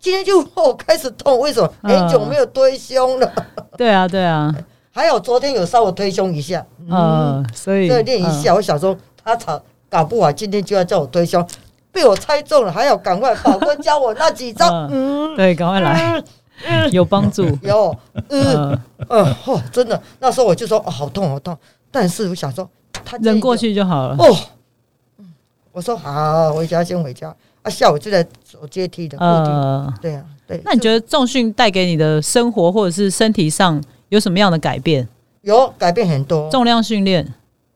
[SPEAKER 3] 今天就我开始痛，为什么？
[SPEAKER 1] 嗯
[SPEAKER 3] 很久没有推胸了。
[SPEAKER 1] 对啊，对啊，
[SPEAKER 3] 还有昨天有稍微推胸一下，嗯，
[SPEAKER 1] 呃，所以
[SPEAKER 3] 对，练
[SPEAKER 1] 嗯
[SPEAKER 3] 一下。我想说，他搞搞不好今天就要叫我推胸，被我猜中了，还要赶快宝哥教我那几招。
[SPEAKER 1] 嗯，对，赶快 来，有帮助。
[SPEAKER 3] 有，嗯
[SPEAKER 1] 呃，
[SPEAKER 3] 嗯，哦，真的，那时候我就说哦，好痛，好痛。但是我想说，他
[SPEAKER 1] 忍过去就好了。
[SPEAKER 3] 哦，嗯我说好，回家先回家。啊，下午就在走阶梯的，固定
[SPEAKER 1] 呃，
[SPEAKER 3] 对啊，对。
[SPEAKER 1] 那你
[SPEAKER 3] 就
[SPEAKER 1] 觉得重训带给你的生活或者是身体上有什么样的改变？
[SPEAKER 3] 有改变很多？
[SPEAKER 1] 重量训练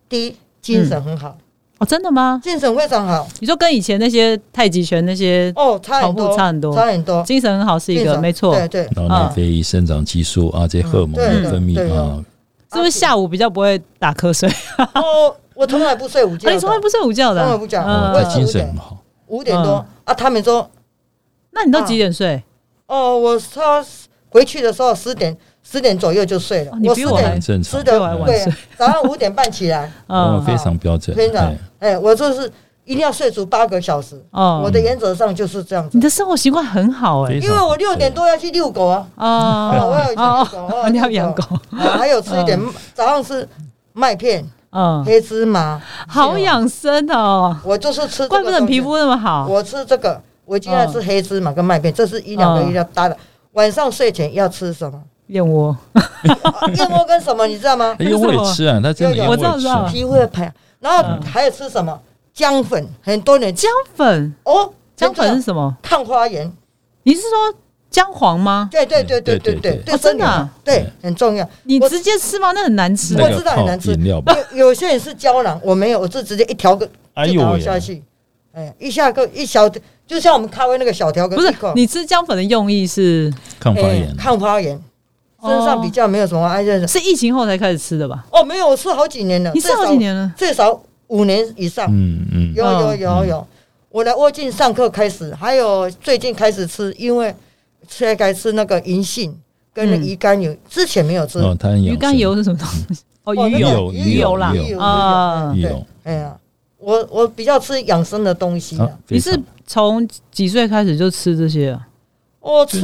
[SPEAKER 3] 第一，精神很好，
[SPEAKER 1] 哦，真的吗？
[SPEAKER 3] 精神非常好。
[SPEAKER 1] 你说跟以前那些太极拳那些
[SPEAKER 3] 哦，差很
[SPEAKER 1] 跑
[SPEAKER 3] 多，
[SPEAKER 1] 步差很多
[SPEAKER 3] 差很多。
[SPEAKER 1] 精神很好是一
[SPEAKER 3] 哦精
[SPEAKER 1] 个
[SPEAKER 3] 神
[SPEAKER 1] 没错，
[SPEAKER 3] 对对，
[SPEAKER 2] 脑内啡、生长激素啊，这些荷尔蒙
[SPEAKER 3] 嗯对
[SPEAKER 2] 的分泌
[SPEAKER 3] 对对
[SPEAKER 2] 啊，
[SPEAKER 1] 是不是下午比较不会打瞌睡？
[SPEAKER 3] 哦，我从来不睡午觉
[SPEAKER 1] 啊
[SPEAKER 3] 的，
[SPEAKER 1] 你从来不睡午觉的啊，
[SPEAKER 3] 从来不讲
[SPEAKER 2] 哦，
[SPEAKER 3] 我也
[SPEAKER 1] 嗯
[SPEAKER 2] 他
[SPEAKER 3] 是
[SPEAKER 2] 精神很好，
[SPEAKER 3] 五点多啊，他们说
[SPEAKER 1] 那
[SPEAKER 3] 啊
[SPEAKER 1] 你都几点睡？
[SPEAKER 3] 哦，我他回去的时候十点十点左右就睡了
[SPEAKER 1] 哦，你
[SPEAKER 3] 我
[SPEAKER 1] 比
[SPEAKER 3] 十
[SPEAKER 1] 我还
[SPEAKER 3] 点
[SPEAKER 2] 很正常
[SPEAKER 3] 十，点
[SPEAKER 1] 比我还晚
[SPEAKER 3] 对
[SPEAKER 1] 睡，
[SPEAKER 3] 早上五点半起来，
[SPEAKER 2] 哦，
[SPEAKER 1] 嗯
[SPEAKER 2] 非常标准，
[SPEAKER 3] 非常
[SPEAKER 2] 哎
[SPEAKER 3] 哎，我就是一定要睡足八个小时，我
[SPEAKER 1] 哦，
[SPEAKER 3] 的原则上就是这样子
[SPEAKER 1] 你，的生活习惯很好哎
[SPEAKER 2] 非，
[SPEAKER 3] 因为我六点多要去遛狗啊，哦我有
[SPEAKER 1] 哦
[SPEAKER 3] 养狗我有
[SPEAKER 1] 哦，你要
[SPEAKER 3] 养
[SPEAKER 1] 养
[SPEAKER 3] 狗
[SPEAKER 1] 狗，
[SPEAKER 3] 啊还有吃一点早上是麦片、
[SPEAKER 1] 嗯，
[SPEAKER 3] 黑芝麻，
[SPEAKER 1] 好养生哦，
[SPEAKER 3] 我就是吃这个
[SPEAKER 1] 怪不得你
[SPEAKER 3] 东西
[SPEAKER 1] 皮肤那么好。
[SPEAKER 3] 我吃这个，我今天吃黑芝麻跟麦片，这是一两个
[SPEAKER 1] 嗯
[SPEAKER 3] 一定要搭的。晚上睡前要吃 什么？
[SPEAKER 1] 燕窝，
[SPEAKER 3] 啊燕窝跟什么你知 道吗？
[SPEAKER 2] 哎燕窝也吃啊，他真的
[SPEAKER 3] 有
[SPEAKER 2] 燕
[SPEAKER 3] 有
[SPEAKER 2] 窝
[SPEAKER 1] 我知道
[SPEAKER 2] 也吃
[SPEAKER 1] 知
[SPEAKER 2] 啊
[SPEAKER 1] 道，
[SPEAKER 3] 皮肤会排，然后还有吃什么？姜粉，很多人
[SPEAKER 1] 姜粉，
[SPEAKER 3] 哦，
[SPEAKER 1] 姜粉是
[SPEAKER 3] 是
[SPEAKER 1] 什么？
[SPEAKER 3] 抗花炎，
[SPEAKER 1] 你是说姜黄吗？
[SPEAKER 3] 对对对
[SPEAKER 2] 对
[SPEAKER 3] 对
[SPEAKER 2] 对对
[SPEAKER 3] 对对，
[SPEAKER 1] 哦
[SPEAKER 3] 对
[SPEAKER 1] 真的啊
[SPEAKER 3] 身体对很重要。
[SPEAKER 1] 你
[SPEAKER 3] 我
[SPEAKER 1] 直接吃吗？那很难吃
[SPEAKER 2] 啊
[SPEAKER 1] 欸
[SPEAKER 2] 那
[SPEAKER 3] 我
[SPEAKER 2] 个
[SPEAKER 3] 知道很
[SPEAKER 2] 泡
[SPEAKER 3] 难吃
[SPEAKER 2] 饮料吧，
[SPEAKER 3] 有有些人是胶囊，我没有，我是直接一条个
[SPEAKER 2] 哎
[SPEAKER 3] 就
[SPEAKER 2] 呦
[SPEAKER 3] 倒
[SPEAKER 2] 喂
[SPEAKER 3] 下去，哎，一下个一小，就像我们咖啡那个小条根，
[SPEAKER 1] 不是
[SPEAKER 3] 一口
[SPEAKER 1] 你吃姜粉的用意是
[SPEAKER 2] 抗发
[SPEAKER 3] 哎
[SPEAKER 2] 炎，
[SPEAKER 3] 抗发炎，
[SPEAKER 1] 哦
[SPEAKER 3] 身上比较没有什么癌症。
[SPEAKER 1] 是疫情后才开始吃的吧？
[SPEAKER 3] 哦，没有，我吃好几年了，
[SPEAKER 1] 你吃
[SPEAKER 3] 最少
[SPEAKER 1] 好几年了
[SPEAKER 3] 最少五年以上。
[SPEAKER 2] 嗯嗯，
[SPEAKER 3] 有有有有，我来沃进上课开始，还有最近开始吃，因为现在吃那个银杏跟那
[SPEAKER 1] 嗯
[SPEAKER 3] 鱼肝油，之前没有吃。
[SPEAKER 2] 哦，他很养
[SPEAKER 1] 鱼肝
[SPEAKER 2] 生
[SPEAKER 1] 油是什么东 西？哦，
[SPEAKER 3] 哦
[SPEAKER 1] 鱼
[SPEAKER 3] 那个
[SPEAKER 1] 油，
[SPEAKER 2] 鱼油
[SPEAKER 1] 啦
[SPEAKER 2] 鱼油鱼，
[SPEAKER 3] 油
[SPEAKER 1] 啊
[SPEAKER 2] 鱼
[SPEAKER 3] 对
[SPEAKER 2] 油
[SPEAKER 3] 哎呀，我我比较吃养生的东西
[SPEAKER 2] 啊
[SPEAKER 3] 的，，
[SPEAKER 2] 非
[SPEAKER 1] 你是
[SPEAKER 2] 常
[SPEAKER 1] 从几岁开始就吃这些啊？
[SPEAKER 3] 我吃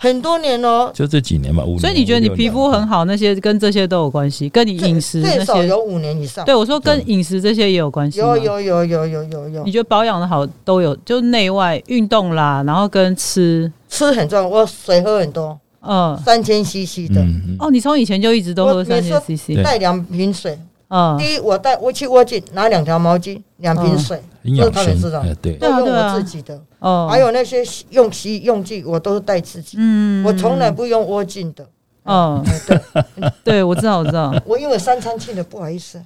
[SPEAKER 3] 很多年哦了，
[SPEAKER 2] 就这几年吧，五
[SPEAKER 1] 所以
[SPEAKER 2] 年
[SPEAKER 1] 你觉得你皮肤？
[SPEAKER 2] 五六
[SPEAKER 1] 很
[SPEAKER 2] 年
[SPEAKER 1] 好，那些跟这些都有关系，跟你饮食
[SPEAKER 3] 最
[SPEAKER 1] 那
[SPEAKER 3] 最少
[SPEAKER 1] 些，
[SPEAKER 3] 有五年以上。
[SPEAKER 1] 对我说跟饮食这些也有关系吗。
[SPEAKER 3] 有有有有有有有
[SPEAKER 1] 你，觉得保养的好都有，就内外运动啦，然后跟吃，
[SPEAKER 3] 吃很重要，我水喝很多，
[SPEAKER 1] 嗯，
[SPEAKER 3] 三千 CC 的，
[SPEAKER 2] 嗯嗯，
[SPEAKER 1] 哦，你从以前就一直都喝
[SPEAKER 3] 我
[SPEAKER 1] 三
[SPEAKER 3] 每
[SPEAKER 1] 千
[SPEAKER 3] 次
[SPEAKER 1] CC，
[SPEAKER 3] 带两瓶水。
[SPEAKER 1] 嗯，
[SPEAKER 3] 第一，我带我去沃进拿两条毛巾，两瓶水，
[SPEAKER 2] 很
[SPEAKER 3] 这是
[SPEAKER 2] 养
[SPEAKER 3] 他们知
[SPEAKER 2] 生，
[SPEAKER 3] 道。
[SPEAKER 2] 哎，对，
[SPEAKER 1] 对啊
[SPEAKER 3] 都用
[SPEAKER 1] 对啊
[SPEAKER 3] 我自己的，
[SPEAKER 1] 嗯哦，
[SPEAKER 3] 还有那些用洗衣用具，我都是带自己，
[SPEAKER 1] 嗯，
[SPEAKER 3] 我从来不用窝 进的。哎
[SPEAKER 1] 嗯，
[SPEAKER 3] 对，
[SPEAKER 1] 对，我知道，我知 道。
[SPEAKER 3] 我因为三餐去的，不好意思。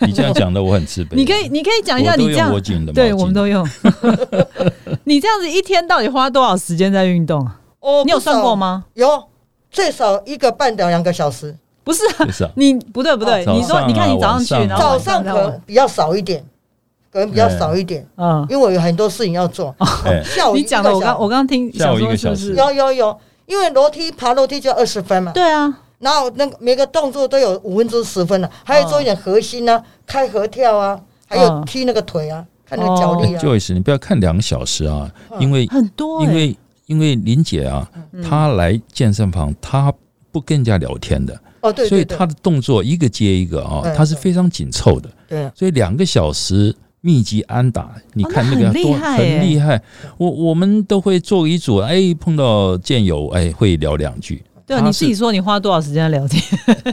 [SPEAKER 2] 你这样讲的我很自卑。
[SPEAKER 1] 你可以，你可以讲一下
[SPEAKER 2] 我都
[SPEAKER 1] 你这
[SPEAKER 2] 用
[SPEAKER 1] 样
[SPEAKER 2] 我，紧的毛巾，
[SPEAKER 1] 对我们都 用。你这样子一天到底花多少时间在运动啊？
[SPEAKER 3] 哦
[SPEAKER 1] 你有算过？吗？
[SPEAKER 3] 不少有，最少一个半到两个小时。
[SPEAKER 1] 不是啊，
[SPEAKER 2] 就是啊，
[SPEAKER 1] 你不对不对，
[SPEAKER 2] 早
[SPEAKER 1] 你说
[SPEAKER 2] 上
[SPEAKER 1] 你看
[SPEAKER 2] 啊
[SPEAKER 1] 你早上去，
[SPEAKER 2] 晚上
[SPEAKER 1] 然后
[SPEAKER 3] 早
[SPEAKER 1] 晚
[SPEAKER 3] 上可
[SPEAKER 1] 再玩
[SPEAKER 3] 能比较少一点，可能比较少一点，
[SPEAKER 1] 嗯，
[SPEAKER 3] 因为我有很多事情要做。
[SPEAKER 2] 哎，
[SPEAKER 3] 下午
[SPEAKER 1] 哦你
[SPEAKER 3] 一个
[SPEAKER 1] 讲的我刚
[SPEAKER 3] 小
[SPEAKER 1] 我刚听
[SPEAKER 2] 下
[SPEAKER 1] 想
[SPEAKER 2] 午一
[SPEAKER 1] 说
[SPEAKER 2] 个
[SPEAKER 1] 是不
[SPEAKER 2] 小
[SPEAKER 1] 是
[SPEAKER 2] 时？
[SPEAKER 3] 有有有，因为楼梯爬楼梯就要二十分嘛。
[SPEAKER 1] 对啊，
[SPEAKER 3] 然后那个每个动作都有五分之十分了、啊还有做一点核心啊，开合跳啊，还有
[SPEAKER 1] 嗯
[SPEAKER 3] 踢那个腿啊，看那个脚力啊。
[SPEAKER 2] 哎 Joyce，你不要看两个小时啊，
[SPEAKER 3] 嗯
[SPEAKER 2] 因为
[SPEAKER 1] 很多欸，
[SPEAKER 2] 因为因为林姐啊，
[SPEAKER 1] 嗯
[SPEAKER 2] 她来健身房，她不跟人家聊天的，
[SPEAKER 3] 哦，对
[SPEAKER 2] 所以
[SPEAKER 3] 对对
[SPEAKER 2] 她，的动作一个接一个啊，
[SPEAKER 3] 对
[SPEAKER 2] 她是
[SPEAKER 3] 对
[SPEAKER 2] 非常紧凑的，
[SPEAKER 3] 对
[SPEAKER 2] 所以两个小时。密集安打，你看
[SPEAKER 1] 哦那
[SPEAKER 2] 那个
[SPEAKER 1] 很厉
[SPEAKER 2] 多
[SPEAKER 1] 害
[SPEAKER 2] 很
[SPEAKER 1] 欸
[SPEAKER 2] 厉害。我我们都会做一组，哎，碰到健友，哎，会聊两句。
[SPEAKER 1] 对啊
[SPEAKER 2] 她
[SPEAKER 1] 你
[SPEAKER 2] 是
[SPEAKER 1] 自己说你花多少时间在聊天，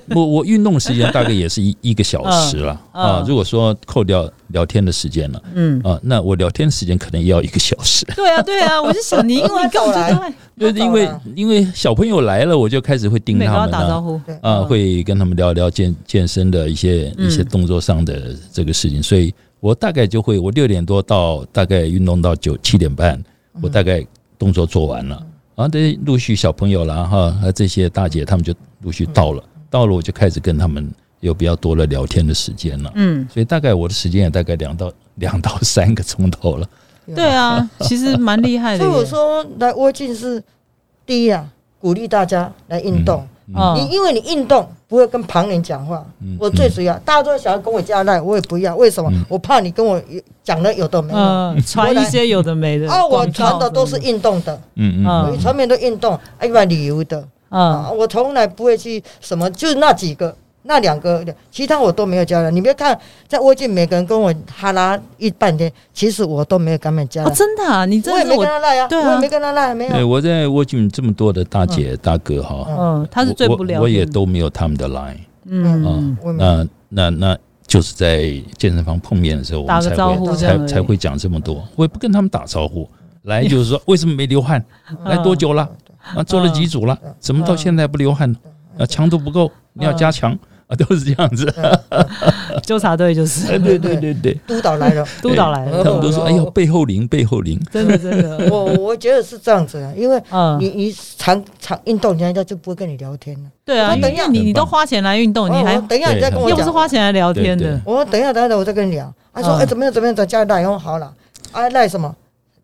[SPEAKER 2] 我我运动时间大概也是一一个小时了
[SPEAKER 1] 嗯
[SPEAKER 2] 啊
[SPEAKER 1] 嗯。
[SPEAKER 2] 如果说扣掉聊天的时间了
[SPEAKER 1] 嗯，
[SPEAKER 2] 啊，那我聊天时间可能也要一个小时，
[SPEAKER 1] 对啊对啊，我就想你，因为你根本就在
[SPEAKER 2] 就是 因为因为小朋友来了，我就开始会盯
[SPEAKER 1] 每个
[SPEAKER 2] 他
[SPEAKER 1] 要
[SPEAKER 2] 们
[SPEAKER 1] 打招
[SPEAKER 2] 啊，
[SPEAKER 1] 呼，
[SPEAKER 3] 对
[SPEAKER 2] 啊，
[SPEAKER 1] 嗯
[SPEAKER 2] 会跟他们聊聊健健身的一些
[SPEAKER 1] 嗯
[SPEAKER 2] 一些动作上的这个事情，所以我大概就会我六点多到大概运动到九七点半，
[SPEAKER 1] 嗯
[SPEAKER 2] 我大概动作做完了。啊，这陆续小朋友啦哈，啊这些大姐她们就陆续到了，
[SPEAKER 1] 嗯
[SPEAKER 2] 到了我就开始跟他们有比较多的聊天的时间了。
[SPEAKER 1] 嗯，
[SPEAKER 2] 所以大概我的时间也大概两到两到三个钟头了。
[SPEAKER 1] 对啊，其实蛮厉害的
[SPEAKER 3] 所
[SPEAKER 1] 耶，
[SPEAKER 3] 以我说来窝进是第一啊，鼓励大家来运动。你
[SPEAKER 1] 嗯，
[SPEAKER 3] 因为你运动不会跟旁人讲话，
[SPEAKER 2] 嗯
[SPEAKER 3] 我最主要，大家都想要跟我加赖，我也不要，为什么？
[SPEAKER 2] 嗯
[SPEAKER 3] 我怕你跟我讲了有的没有。
[SPEAKER 1] 嗯，传一些有的没的，
[SPEAKER 3] 啊，我
[SPEAKER 1] 广告
[SPEAKER 3] 传的都是
[SPEAKER 1] 什么
[SPEAKER 3] 运动的，
[SPEAKER 2] 嗯
[SPEAKER 1] 嗯
[SPEAKER 3] 我传媒都运动，啊，一般旅游的，
[SPEAKER 1] 嗯
[SPEAKER 3] 啊，我从来不会去什么，就那几个、那两个，其他我都没有加了。你别看在窝进，每个人跟我哈拉一半天，其实我都没有跟他们加
[SPEAKER 1] 啊，
[SPEAKER 3] 了。
[SPEAKER 1] 真的啊，你
[SPEAKER 3] 我
[SPEAKER 1] 真的
[SPEAKER 3] 也
[SPEAKER 1] 是
[SPEAKER 3] 没
[SPEAKER 1] 我
[SPEAKER 3] 跟，他赖啊，
[SPEAKER 1] 对啊
[SPEAKER 3] 我也没跟他赖，没
[SPEAKER 2] 嗯对，
[SPEAKER 3] 有。
[SPEAKER 2] 我在沃郡这么多的大姐大哥哈，
[SPEAKER 1] 嗯，他是最
[SPEAKER 2] 我
[SPEAKER 1] 不了解，
[SPEAKER 2] 我也都没有他们的 line
[SPEAKER 1] 嗯
[SPEAKER 2] 啊，。
[SPEAKER 3] 我没有
[SPEAKER 2] 那那那就是在健身房碰面的时候，我
[SPEAKER 1] 打
[SPEAKER 2] 们
[SPEAKER 1] 个
[SPEAKER 2] 才
[SPEAKER 1] 招呼
[SPEAKER 2] 会
[SPEAKER 1] 这样而
[SPEAKER 2] 才
[SPEAKER 1] 已
[SPEAKER 2] 才会讲这么多。我也不跟他们打招呼，来就是说为什么没流汗？
[SPEAKER 1] 嗯
[SPEAKER 2] 来嗯哎多久
[SPEAKER 1] 嗯
[SPEAKER 2] 了？啊，做了几组了？怎么到现在不流汗？啊，强度不够，你要加强。啊，都是这样子。
[SPEAKER 1] 嗯纠察队就是
[SPEAKER 2] 对对对对对，
[SPEAKER 3] 督导来了，
[SPEAKER 1] 督导来
[SPEAKER 2] 他
[SPEAKER 1] 了，
[SPEAKER 2] 们都哎说：“哎呦，背后灵，背后灵。
[SPEAKER 1] 真的真 的，
[SPEAKER 3] 我我觉得是这样子啊，因为
[SPEAKER 1] 嗯
[SPEAKER 3] 你，你常常运动，人家就不会跟你聊天了。
[SPEAKER 1] 对啊，
[SPEAKER 2] 我
[SPEAKER 1] 因
[SPEAKER 2] 等一
[SPEAKER 1] 为
[SPEAKER 2] 下
[SPEAKER 1] 你你都花钱来运动，你
[SPEAKER 3] 哦
[SPEAKER 1] 还
[SPEAKER 3] 我等一下你再跟我
[SPEAKER 1] 又
[SPEAKER 3] 讲，
[SPEAKER 1] 不是花钱来聊天
[SPEAKER 2] 对
[SPEAKER 1] 的
[SPEAKER 2] 对，
[SPEAKER 3] 我等一下，等一下，我再跟你聊。他说：“
[SPEAKER 1] 嗯
[SPEAKER 3] 哎、怎么样？怎么样？咱加赖哦，好了。啊，赖什么？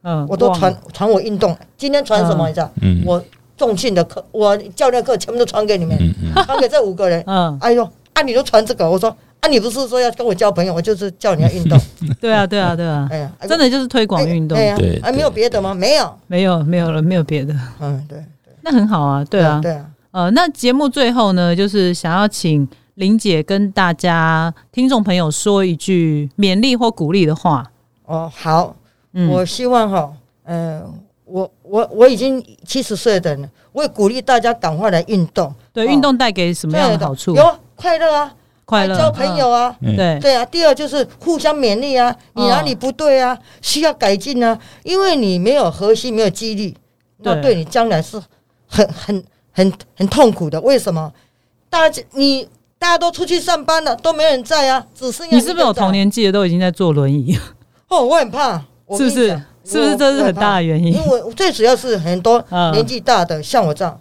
[SPEAKER 1] 嗯，
[SPEAKER 3] 我都
[SPEAKER 1] 忘了
[SPEAKER 3] 传传我运动，今天传什
[SPEAKER 1] 嗯
[SPEAKER 3] 么？你知道？”
[SPEAKER 2] 嗯
[SPEAKER 3] 我重训的课，我教练课全部都传给你们，
[SPEAKER 2] 嗯嗯，
[SPEAKER 3] 传给这五个人。
[SPEAKER 1] 嗯，
[SPEAKER 3] 哎呦，啊，你都传这个？我说啊，你不是说要跟我交朋友，我就是叫你要运 动。
[SPEAKER 1] 对啊，对啊，对啊，
[SPEAKER 3] 哎呀，哎
[SPEAKER 1] 真的就是推广运动
[SPEAKER 3] 哎，呀
[SPEAKER 2] 对
[SPEAKER 3] 啊，
[SPEAKER 2] 对
[SPEAKER 3] 没有别的吗？没有。
[SPEAKER 1] 没有没有了，没有别的，
[SPEAKER 3] 嗯，对，
[SPEAKER 1] 那很好啊，对啊，
[SPEAKER 3] 对啊，
[SPEAKER 1] 呃，那节目最后呢，就是想要请林姐跟大家听众朋友说一句勉励或鼓励的话，
[SPEAKER 3] 哦，好，
[SPEAKER 1] 嗯，
[SPEAKER 3] 我希望哈，嗯、呃，我我我已经七十岁的人了，我也鼓励大家赶快来运动。
[SPEAKER 1] 对
[SPEAKER 3] 哦
[SPEAKER 1] 运动带给什么样的好处？
[SPEAKER 3] 有啊快乐啊，
[SPEAKER 1] 快乐，
[SPEAKER 3] 交朋友啊。
[SPEAKER 1] 嗯，对，
[SPEAKER 3] 对啊，第二就是互相勉励啊，你
[SPEAKER 1] 哦
[SPEAKER 3] 哪里不对啊，需要改进啊，因为你没有核心，没有激励，那
[SPEAKER 1] 对
[SPEAKER 3] 对你将来是很很很很痛苦的。为什么？大家你大家都出去上班了，都没人在啊，只剩下
[SPEAKER 1] 你是不是有
[SPEAKER 3] 一个人
[SPEAKER 1] 同年纪的都已经在坐轮椅？
[SPEAKER 3] 哦，我很怕，我
[SPEAKER 1] 是
[SPEAKER 3] 跟
[SPEAKER 1] 不是
[SPEAKER 3] 你讲？
[SPEAKER 1] 是不是这是很大？的原
[SPEAKER 3] 我
[SPEAKER 1] 因
[SPEAKER 3] 我？很怕因为最主要是很多
[SPEAKER 1] 嗯
[SPEAKER 3] 年纪大的，像我这样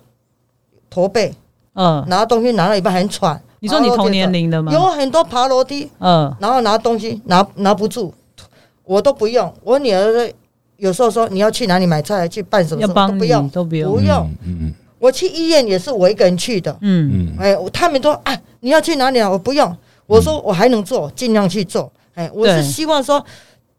[SPEAKER 3] 驼背，
[SPEAKER 1] 嗯，
[SPEAKER 3] 拿东西拿到一半很喘。
[SPEAKER 1] 你说你
[SPEAKER 3] 爬楼梯
[SPEAKER 1] 同
[SPEAKER 3] 很
[SPEAKER 1] 年龄的吗
[SPEAKER 3] 喘？有很多爬楼梯，
[SPEAKER 1] 嗯，
[SPEAKER 3] 然后拿东西拿拿不住，我都不用。我女儿有时候说你要去哪里买菜，去办什么
[SPEAKER 1] 要
[SPEAKER 3] 什么都
[SPEAKER 1] 帮
[SPEAKER 3] 不
[SPEAKER 1] 你
[SPEAKER 3] 用。
[SPEAKER 1] 都不
[SPEAKER 3] 不
[SPEAKER 1] 用，
[SPEAKER 3] 用，
[SPEAKER 2] 嗯
[SPEAKER 3] 我去医院也是我一个人去的。
[SPEAKER 1] 嗯，
[SPEAKER 2] 嗯
[SPEAKER 3] 哎，我他们都啊，你要去哪里啊？我不用。我说我还能做，尽量去做。哎，我
[SPEAKER 1] 嗯对
[SPEAKER 3] 是希望说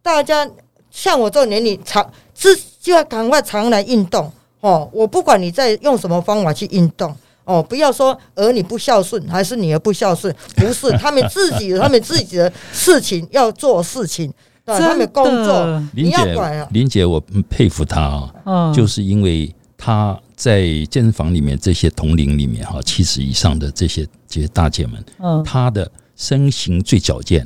[SPEAKER 3] 大家像我这种年龄常是就要赶快常来运动哦。我不管你在用什么方法去运动。哦，不要说儿女不孝顺，还是女儿不孝顺，不 是他们自己有他们自己的事情要做事情，对吧，他
[SPEAKER 1] 真
[SPEAKER 3] 们
[SPEAKER 1] 的，
[SPEAKER 3] 工作，
[SPEAKER 2] 林
[SPEAKER 3] 你要管
[SPEAKER 2] 姐
[SPEAKER 3] 啊，，
[SPEAKER 2] 林姐，我嗯佩服她啊，
[SPEAKER 1] 嗯，
[SPEAKER 2] 就是因为她在健身房里面这些同龄里面哈，七十以上的这些这些大姐们，
[SPEAKER 1] 嗯，
[SPEAKER 2] 她的身形最矫健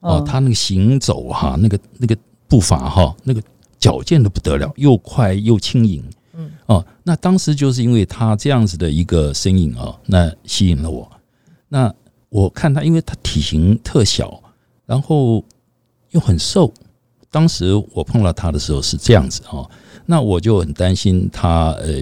[SPEAKER 2] 哦
[SPEAKER 1] 嗯，
[SPEAKER 2] 她那个行走哈，那个那个步伐哈，那个矫健的不得了，
[SPEAKER 1] 嗯
[SPEAKER 2] 又快又轻盈。嗯哦，那当时就是因为她这样子的一个身影哦，那吸引了我。那我看她，因为她体型特小，然后又很瘦。当时我碰到她的时候是这样子哦，那我就很担心她呃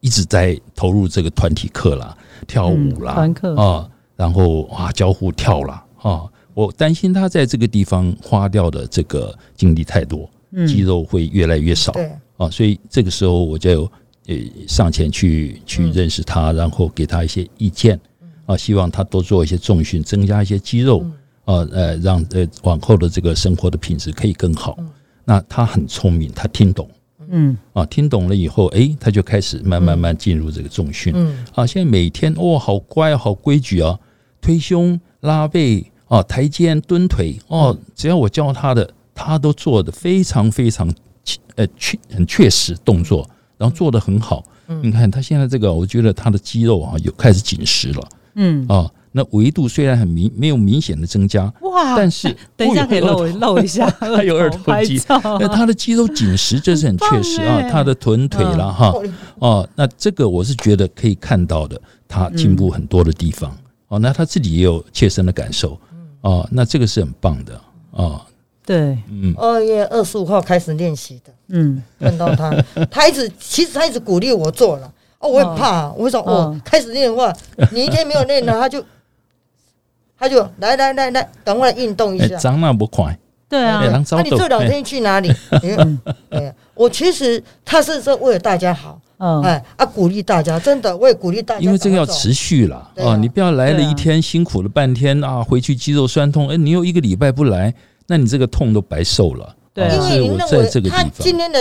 [SPEAKER 2] 一直在投入这个团体课啦、跳舞啦、
[SPEAKER 1] 嗯团课
[SPEAKER 2] 啊，然后啊交互跳啦啊，我担心她在这个地方花掉的这个精力太多，肌
[SPEAKER 1] 嗯，
[SPEAKER 2] 肉会越来越少。
[SPEAKER 3] 对，
[SPEAKER 2] 啊，所以这个时候我就呃上前去去认识他，然后给他一些意见啊，希望他多做一些重训，增加一些肌肉啊，呃，让呃往后的这个生活的品质可以更好。那他很聪明，他听懂
[SPEAKER 1] 嗯，
[SPEAKER 2] 啊，听懂了以后，诶，他就开始慢慢慢进入这个重训
[SPEAKER 3] 嗯，
[SPEAKER 2] 啊。现在每天哦，好乖，好规矩啊，推胸、拉背啊，抬肩、蹲腿哦，只要我教他的，他都做的非常非常呃确很确实动作，然后做得很好。
[SPEAKER 1] 嗯
[SPEAKER 2] 你看他现在这个，我觉得他的肌肉啊有开始紧实了
[SPEAKER 1] 嗯，
[SPEAKER 2] 啊。那维度虽然很明没有明显的 增加，
[SPEAKER 1] 哇，
[SPEAKER 2] 但是
[SPEAKER 1] 啊等一下
[SPEAKER 2] 哦 有
[SPEAKER 1] 可以露露一下，
[SPEAKER 2] 他有二头
[SPEAKER 1] 拍
[SPEAKER 2] 肌
[SPEAKER 1] 照
[SPEAKER 2] 那
[SPEAKER 1] 啊，
[SPEAKER 2] 哎他的肌肉紧实这是很确实
[SPEAKER 1] 很
[SPEAKER 2] 啊
[SPEAKER 1] 棒，欸
[SPEAKER 2] 他的臀腿了
[SPEAKER 1] 啊
[SPEAKER 2] 哈
[SPEAKER 3] 嗯
[SPEAKER 2] 哦，那这个我是觉得可以看到的，他进步很多的地方哦。那他自己也有切身的感受哦，那这个是很棒的哦，
[SPEAKER 1] 对，
[SPEAKER 2] 嗯
[SPEAKER 3] 二月二十五号开始练习的。
[SPEAKER 1] 嗯，
[SPEAKER 3] 看到他，他一直其实他一直鼓励我做了。哦，我很怕、我说我、
[SPEAKER 1] 嗯
[SPEAKER 3] 开始练 的话，你一天没有练了，他就他就来来来来，赶快运动一
[SPEAKER 2] 哎，
[SPEAKER 3] 下。
[SPEAKER 2] 长那么快，
[SPEAKER 1] 对啊
[SPEAKER 2] 哎，人
[SPEAKER 3] 那、
[SPEAKER 2] 早
[SPEAKER 3] 你
[SPEAKER 2] 抖
[SPEAKER 3] 这两
[SPEAKER 2] 哎
[SPEAKER 3] 天去哪里？哎，我其实他是说为了大家好，
[SPEAKER 1] 嗯，
[SPEAKER 3] 哎啊，鼓励大家，真的，我也鼓励大家。
[SPEAKER 2] 哦因为这个要
[SPEAKER 3] 续，
[SPEAKER 2] 持续了
[SPEAKER 3] 对啊
[SPEAKER 2] 啊，你不要来了
[SPEAKER 1] 对啊
[SPEAKER 2] 一天辛苦了半天啊，回去肌肉酸痛，哎，你又一个礼拜不来，那你这个痛都白受了。
[SPEAKER 1] 对啊
[SPEAKER 2] 啊
[SPEAKER 3] 因
[SPEAKER 2] 所以
[SPEAKER 3] 为
[SPEAKER 2] 我
[SPEAKER 3] 你认
[SPEAKER 2] 在这个地
[SPEAKER 3] 为他
[SPEAKER 2] 方，
[SPEAKER 3] 今天的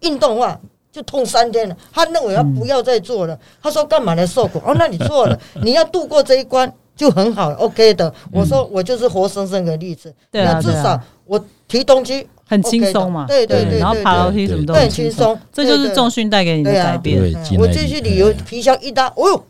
[SPEAKER 3] 运动的话。就痛三天了，他认为他不要再做了。他说干嘛来受苦？哦，那你 错了，你要度过这一关就很好了，OK 的。
[SPEAKER 2] 嗯
[SPEAKER 3] 我说我就是活生生的例子，
[SPEAKER 1] 对啊
[SPEAKER 3] 那至
[SPEAKER 1] 对啊
[SPEAKER 3] 少我提东西
[SPEAKER 1] 很轻松嘛，
[SPEAKER 3] 对对
[SPEAKER 2] 对
[SPEAKER 1] 然后
[SPEAKER 3] 对
[SPEAKER 1] 爬
[SPEAKER 2] 对
[SPEAKER 1] 楼梯什么
[SPEAKER 2] 对
[SPEAKER 1] 都很
[SPEAKER 3] 对很
[SPEAKER 1] 轻
[SPEAKER 3] 轻
[SPEAKER 1] 松，
[SPEAKER 3] 松，
[SPEAKER 1] 这就是
[SPEAKER 3] 对
[SPEAKER 1] 重。训带给你的
[SPEAKER 3] 对啊
[SPEAKER 1] 改变
[SPEAKER 2] 对，
[SPEAKER 3] 对
[SPEAKER 2] 进
[SPEAKER 3] 我
[SPEAKER 2] 来哎
[SPEAKER 3] 这
[SPEAKER 2] 一
[SPEAKER 3] 去
[SPEAKER 2] 点
[SPEAKER 3] 旅游，皮箱一搭，哦呦，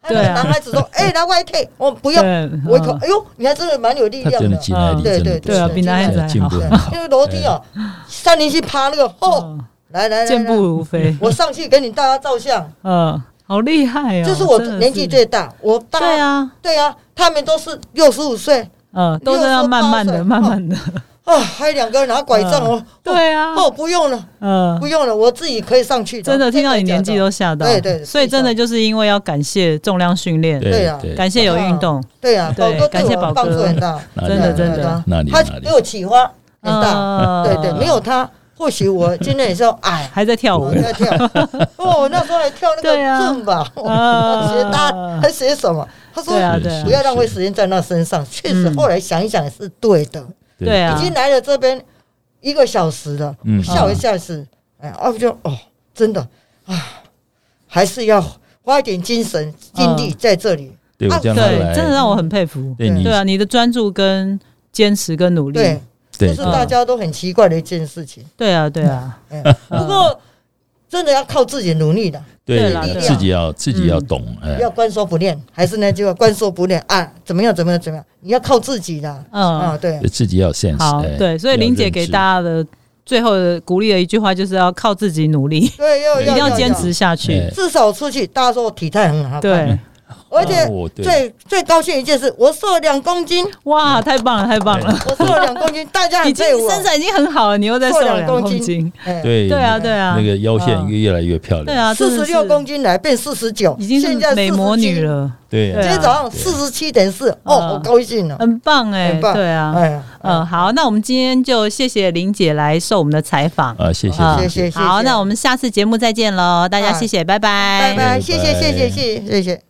[SPEAKER 3] 还有
[SPEAKER 1] 对啊
[SPEAKER 3] 男孩子 说，哎，来外退，我不要，
[SPEAKER 1] 对，
[SPEAKER 3] 我一口
[SPEAKER 1] 嗯，
[SPEAKER 3] 哎呦，你还真的蛮有力
[SPEAKER 2] 他真
[SPEAKER 3] 量
[SPEAKER 2] 的
[SPEAKER 3] 的。
[SPEAKER 2] 进来力
[SPEAKER 1] 嗯
[SPEAKER 2] 真的
[SPEAKER 3] 对对
[SPEAKER 2] 不
[SPEAKER 3] 对
[SPEAKER 2] 错
[SPEAKER 3] 啊比男孩
[SPEAKER 1] 子还
[SPEAKER 2] 进步
[SPEAKER 1] 好
[SPEAKER 2] 很好嗯
[SPEAKER 3] 因，为楼梯啊，三零七爬那个，哦，来来来，
[SPEAKER 1] 嗯健步
[SPEAKER 3] 来
[SPEAKER 1] 如飞，
[SPEAKER 3] 我上去给你大家照相，
[SPEAKER 1] 嗯，好厉害哦，
[SPEAKER 3] 这是我
[SPEAKER 1] 真的
[SPEAKER 3] 年纪最大，我大
[SPEAKER 1] 对，啊，
[SPEAKER 3] 对啊，他们都是六十五岁
[SPEAKER 1] 嗯，都是要慢慢的、
[SPEAKER 3] 68
[SPEAKER 1] 慢慢的，
[SPEAKER 3] 啊，还有两个人拿拐杖哦，
[SPEAKER 1] 对啊，
[SPEAKER 3] 哦，不用了，
[SPEAKER 1] 嗯
[SPEAKER 3] 不，用了，我自己可以上去
[SPEAKER 1] 真的听到你年纪都吓到，
[SPEAKER 3] 对对
[SPEAKER 1] 所以真的就是因为要感谢重量训练，
[SPEAKER 3] 对啊
[SPEAKER 1] 感谢有运动，
[SPEAKER 3] 对呀，宝
[SPEAKER 1] 对
[SPEAKER 3] 哥
[SPEAKER 1] 感
[SPEAKER 3] 对
[SPEAKER 1] 谢
[SPEAKER 3] 我
[SPEAKER 1] 宝哥
[SPEAKER 3] 帮助很大，
[SPEAKER 2] 哪里
[SPEAKER 1] 真的
[SPEAKER 2] 哪里
[SPEAKER 1] 真的
[SPEAKER 3] 对啊
[SPEAKER 2] 哪里
[SPEAKER 3] 他
[SPEAKER 2] 哪里
[SPEAKER 3] 给我启发很大，
[SPEAKER 1] 嗯
[SPEAKER 3] 对对，没有他，或许我今天也是要 矮。
[SPEAKER 1] 还在跳舞
[SPEAKER 3] 我，在 跳，哦，我那时候还跳那个
[SPEAKER 1] 对啊
[SPEAKER 3] 正吧，
[SPEAKER 1] 啊
[SPEAKER 3] 学他还学什么？他说
[SPEAKER 1] 对啊
[SPEAKER 2] 是
[SPEAKER 1] 对啊
[SPEAKER 3] 不要浪费时间在那身上。确实，
[SPEAKER 1] 嗯
[SPEAKER 3] 后来想一想也是对的，
[SPEAKER 1] 对啊
[SPEAKER 3] 已经来了这边一个小时了，
[SPEAKER 2] 嗯
[SPEAKER 3] 吓我一下子，哎，啊，我就哦，真的啊，还是要花一点精神精力在这里。
[SPEAKER 2] 对我
[SPEAKER 3] 啊
[SPEAKER 2] 这样
[SPEAKER 1] 对
[SPEAKER 2] 后来，嗯
[SPEAKER 1] 真的让我很佩服，
[SPEAKER 2] 对你
[SPEAKER 1] 对啊，你的专注跟坚持跟努力，
[SPEAKER 3] 对，这
[SPEAKER 2] 对
[SPEAKER 3] 是大家都很奇怪的一件事情。
[SPEAKER 1] 对啊对啊，
[SPEAKER 3] 哎
[SPEAKER 1] 嗯
[SPEAKER 3] 不过真的要靠自己努力的，
[SPEAKER 1] 对
[SPEAKER 2] 对
[SPEAKER 1] 啦嗯
[SPEAKER 2] 对
[SPEAKER 3] 对
[SPEAKER 2] 自己要自己要懂，哎，
[SPEAKER 3] 要观说不练，还是那句话，观说不练啊，怎么样，怎么样，怎么样，你要靠自己的。啊，
[SPEAKER 1] 嗯，
[SPEAKER 3] 对，
[SPEAKER 2] 自己要 sense，
[SPEAKER 1] 好
[SPEAKER 2] 哎，
[SPEAKER 1] 对，所以玲姐给大，家的最后的鼓励的一句话就是要靠自己努力，一
[SPEAKER 3] 对，要
[SPEAKER 1] 定
[SPEAKER 3] 要
[SPEAKER 1] 要坚持，下去
[SPEAKER 2] 哎，
[SPEAKER 3] 至少出去，大家说我体态很好，，
[SPEAKER 1] 对，
[SPEAKER 3] 而且
[SPEAKER 2] 哦对
[SPEAKER 3] 最最高兴一件事，我瘦了两公斤，
[SPEAKER 1] 哇，太棒了太棒了，
[SPEAKER 3] 我瘦了两公斤，大家
[SPEAKER 1] 已
[SPEAKER 3] 很
[SPEAKER 1] 经
[SPEAKER 3] 佩服我
[SPEAKER 1] 身，材已经很好了，你又再瘦
[SPEAKER 3] 瘦两
[SPEAKER 1] 两公
[SPEAKER 3] 公斤
[SPEAKER 1] 斤，
[SPEAKER 3] 哎，
[SPEAKER 2] 对
[SPEAKER 1] 对啊对啊，
[SPEAKER 2] 那个腰线
[SPEAKER 1] 嗯
[SPEAKER 2] 越越来越漂亮，
[SPEAKER 1] 对啊，
[SPEAKER 3] 四十六公
[SPEAKER 1] 斤
[SPEAKER 3] 斤来变四十九，
[SPEAKER 1] 已经
[SPEAKER 3] 现在
[SPEAKER 1] 是美魔女
[SPEAKER 3] 47。
[SPEAKER 1] 了，
[SPEAKER 2] 对啊
[SPEAKER 3] 今天早上四十七点四，哦，
[SPEAKER 1] 嗯
[SPEAKER 3] 好高兴哦，
[SPEAKER 1] 很棒哎、
[SPEAKER 3] 很棒，
[SPEAKER 1] 对啊，
[SPEAKER 3] 哎呀，
[SPEAKER 1] 嗯，好，那我们今天就谢谢林姐来受我们的采访，
[SPEAKER 2] 啊，谢谢
[SPEAKER 1] 啊
[SPEAKER 3] 谢谢，谢谢
[SPEAKER 1] 好，那我们下次节目再见喽，大家谢谢，拜拜，
[SPEAKER 3] 拜拜，
[SPEAKER 2] 嗯拜
[SPEAKER 3] 谢谢，谢谢，谢谢，谢谢。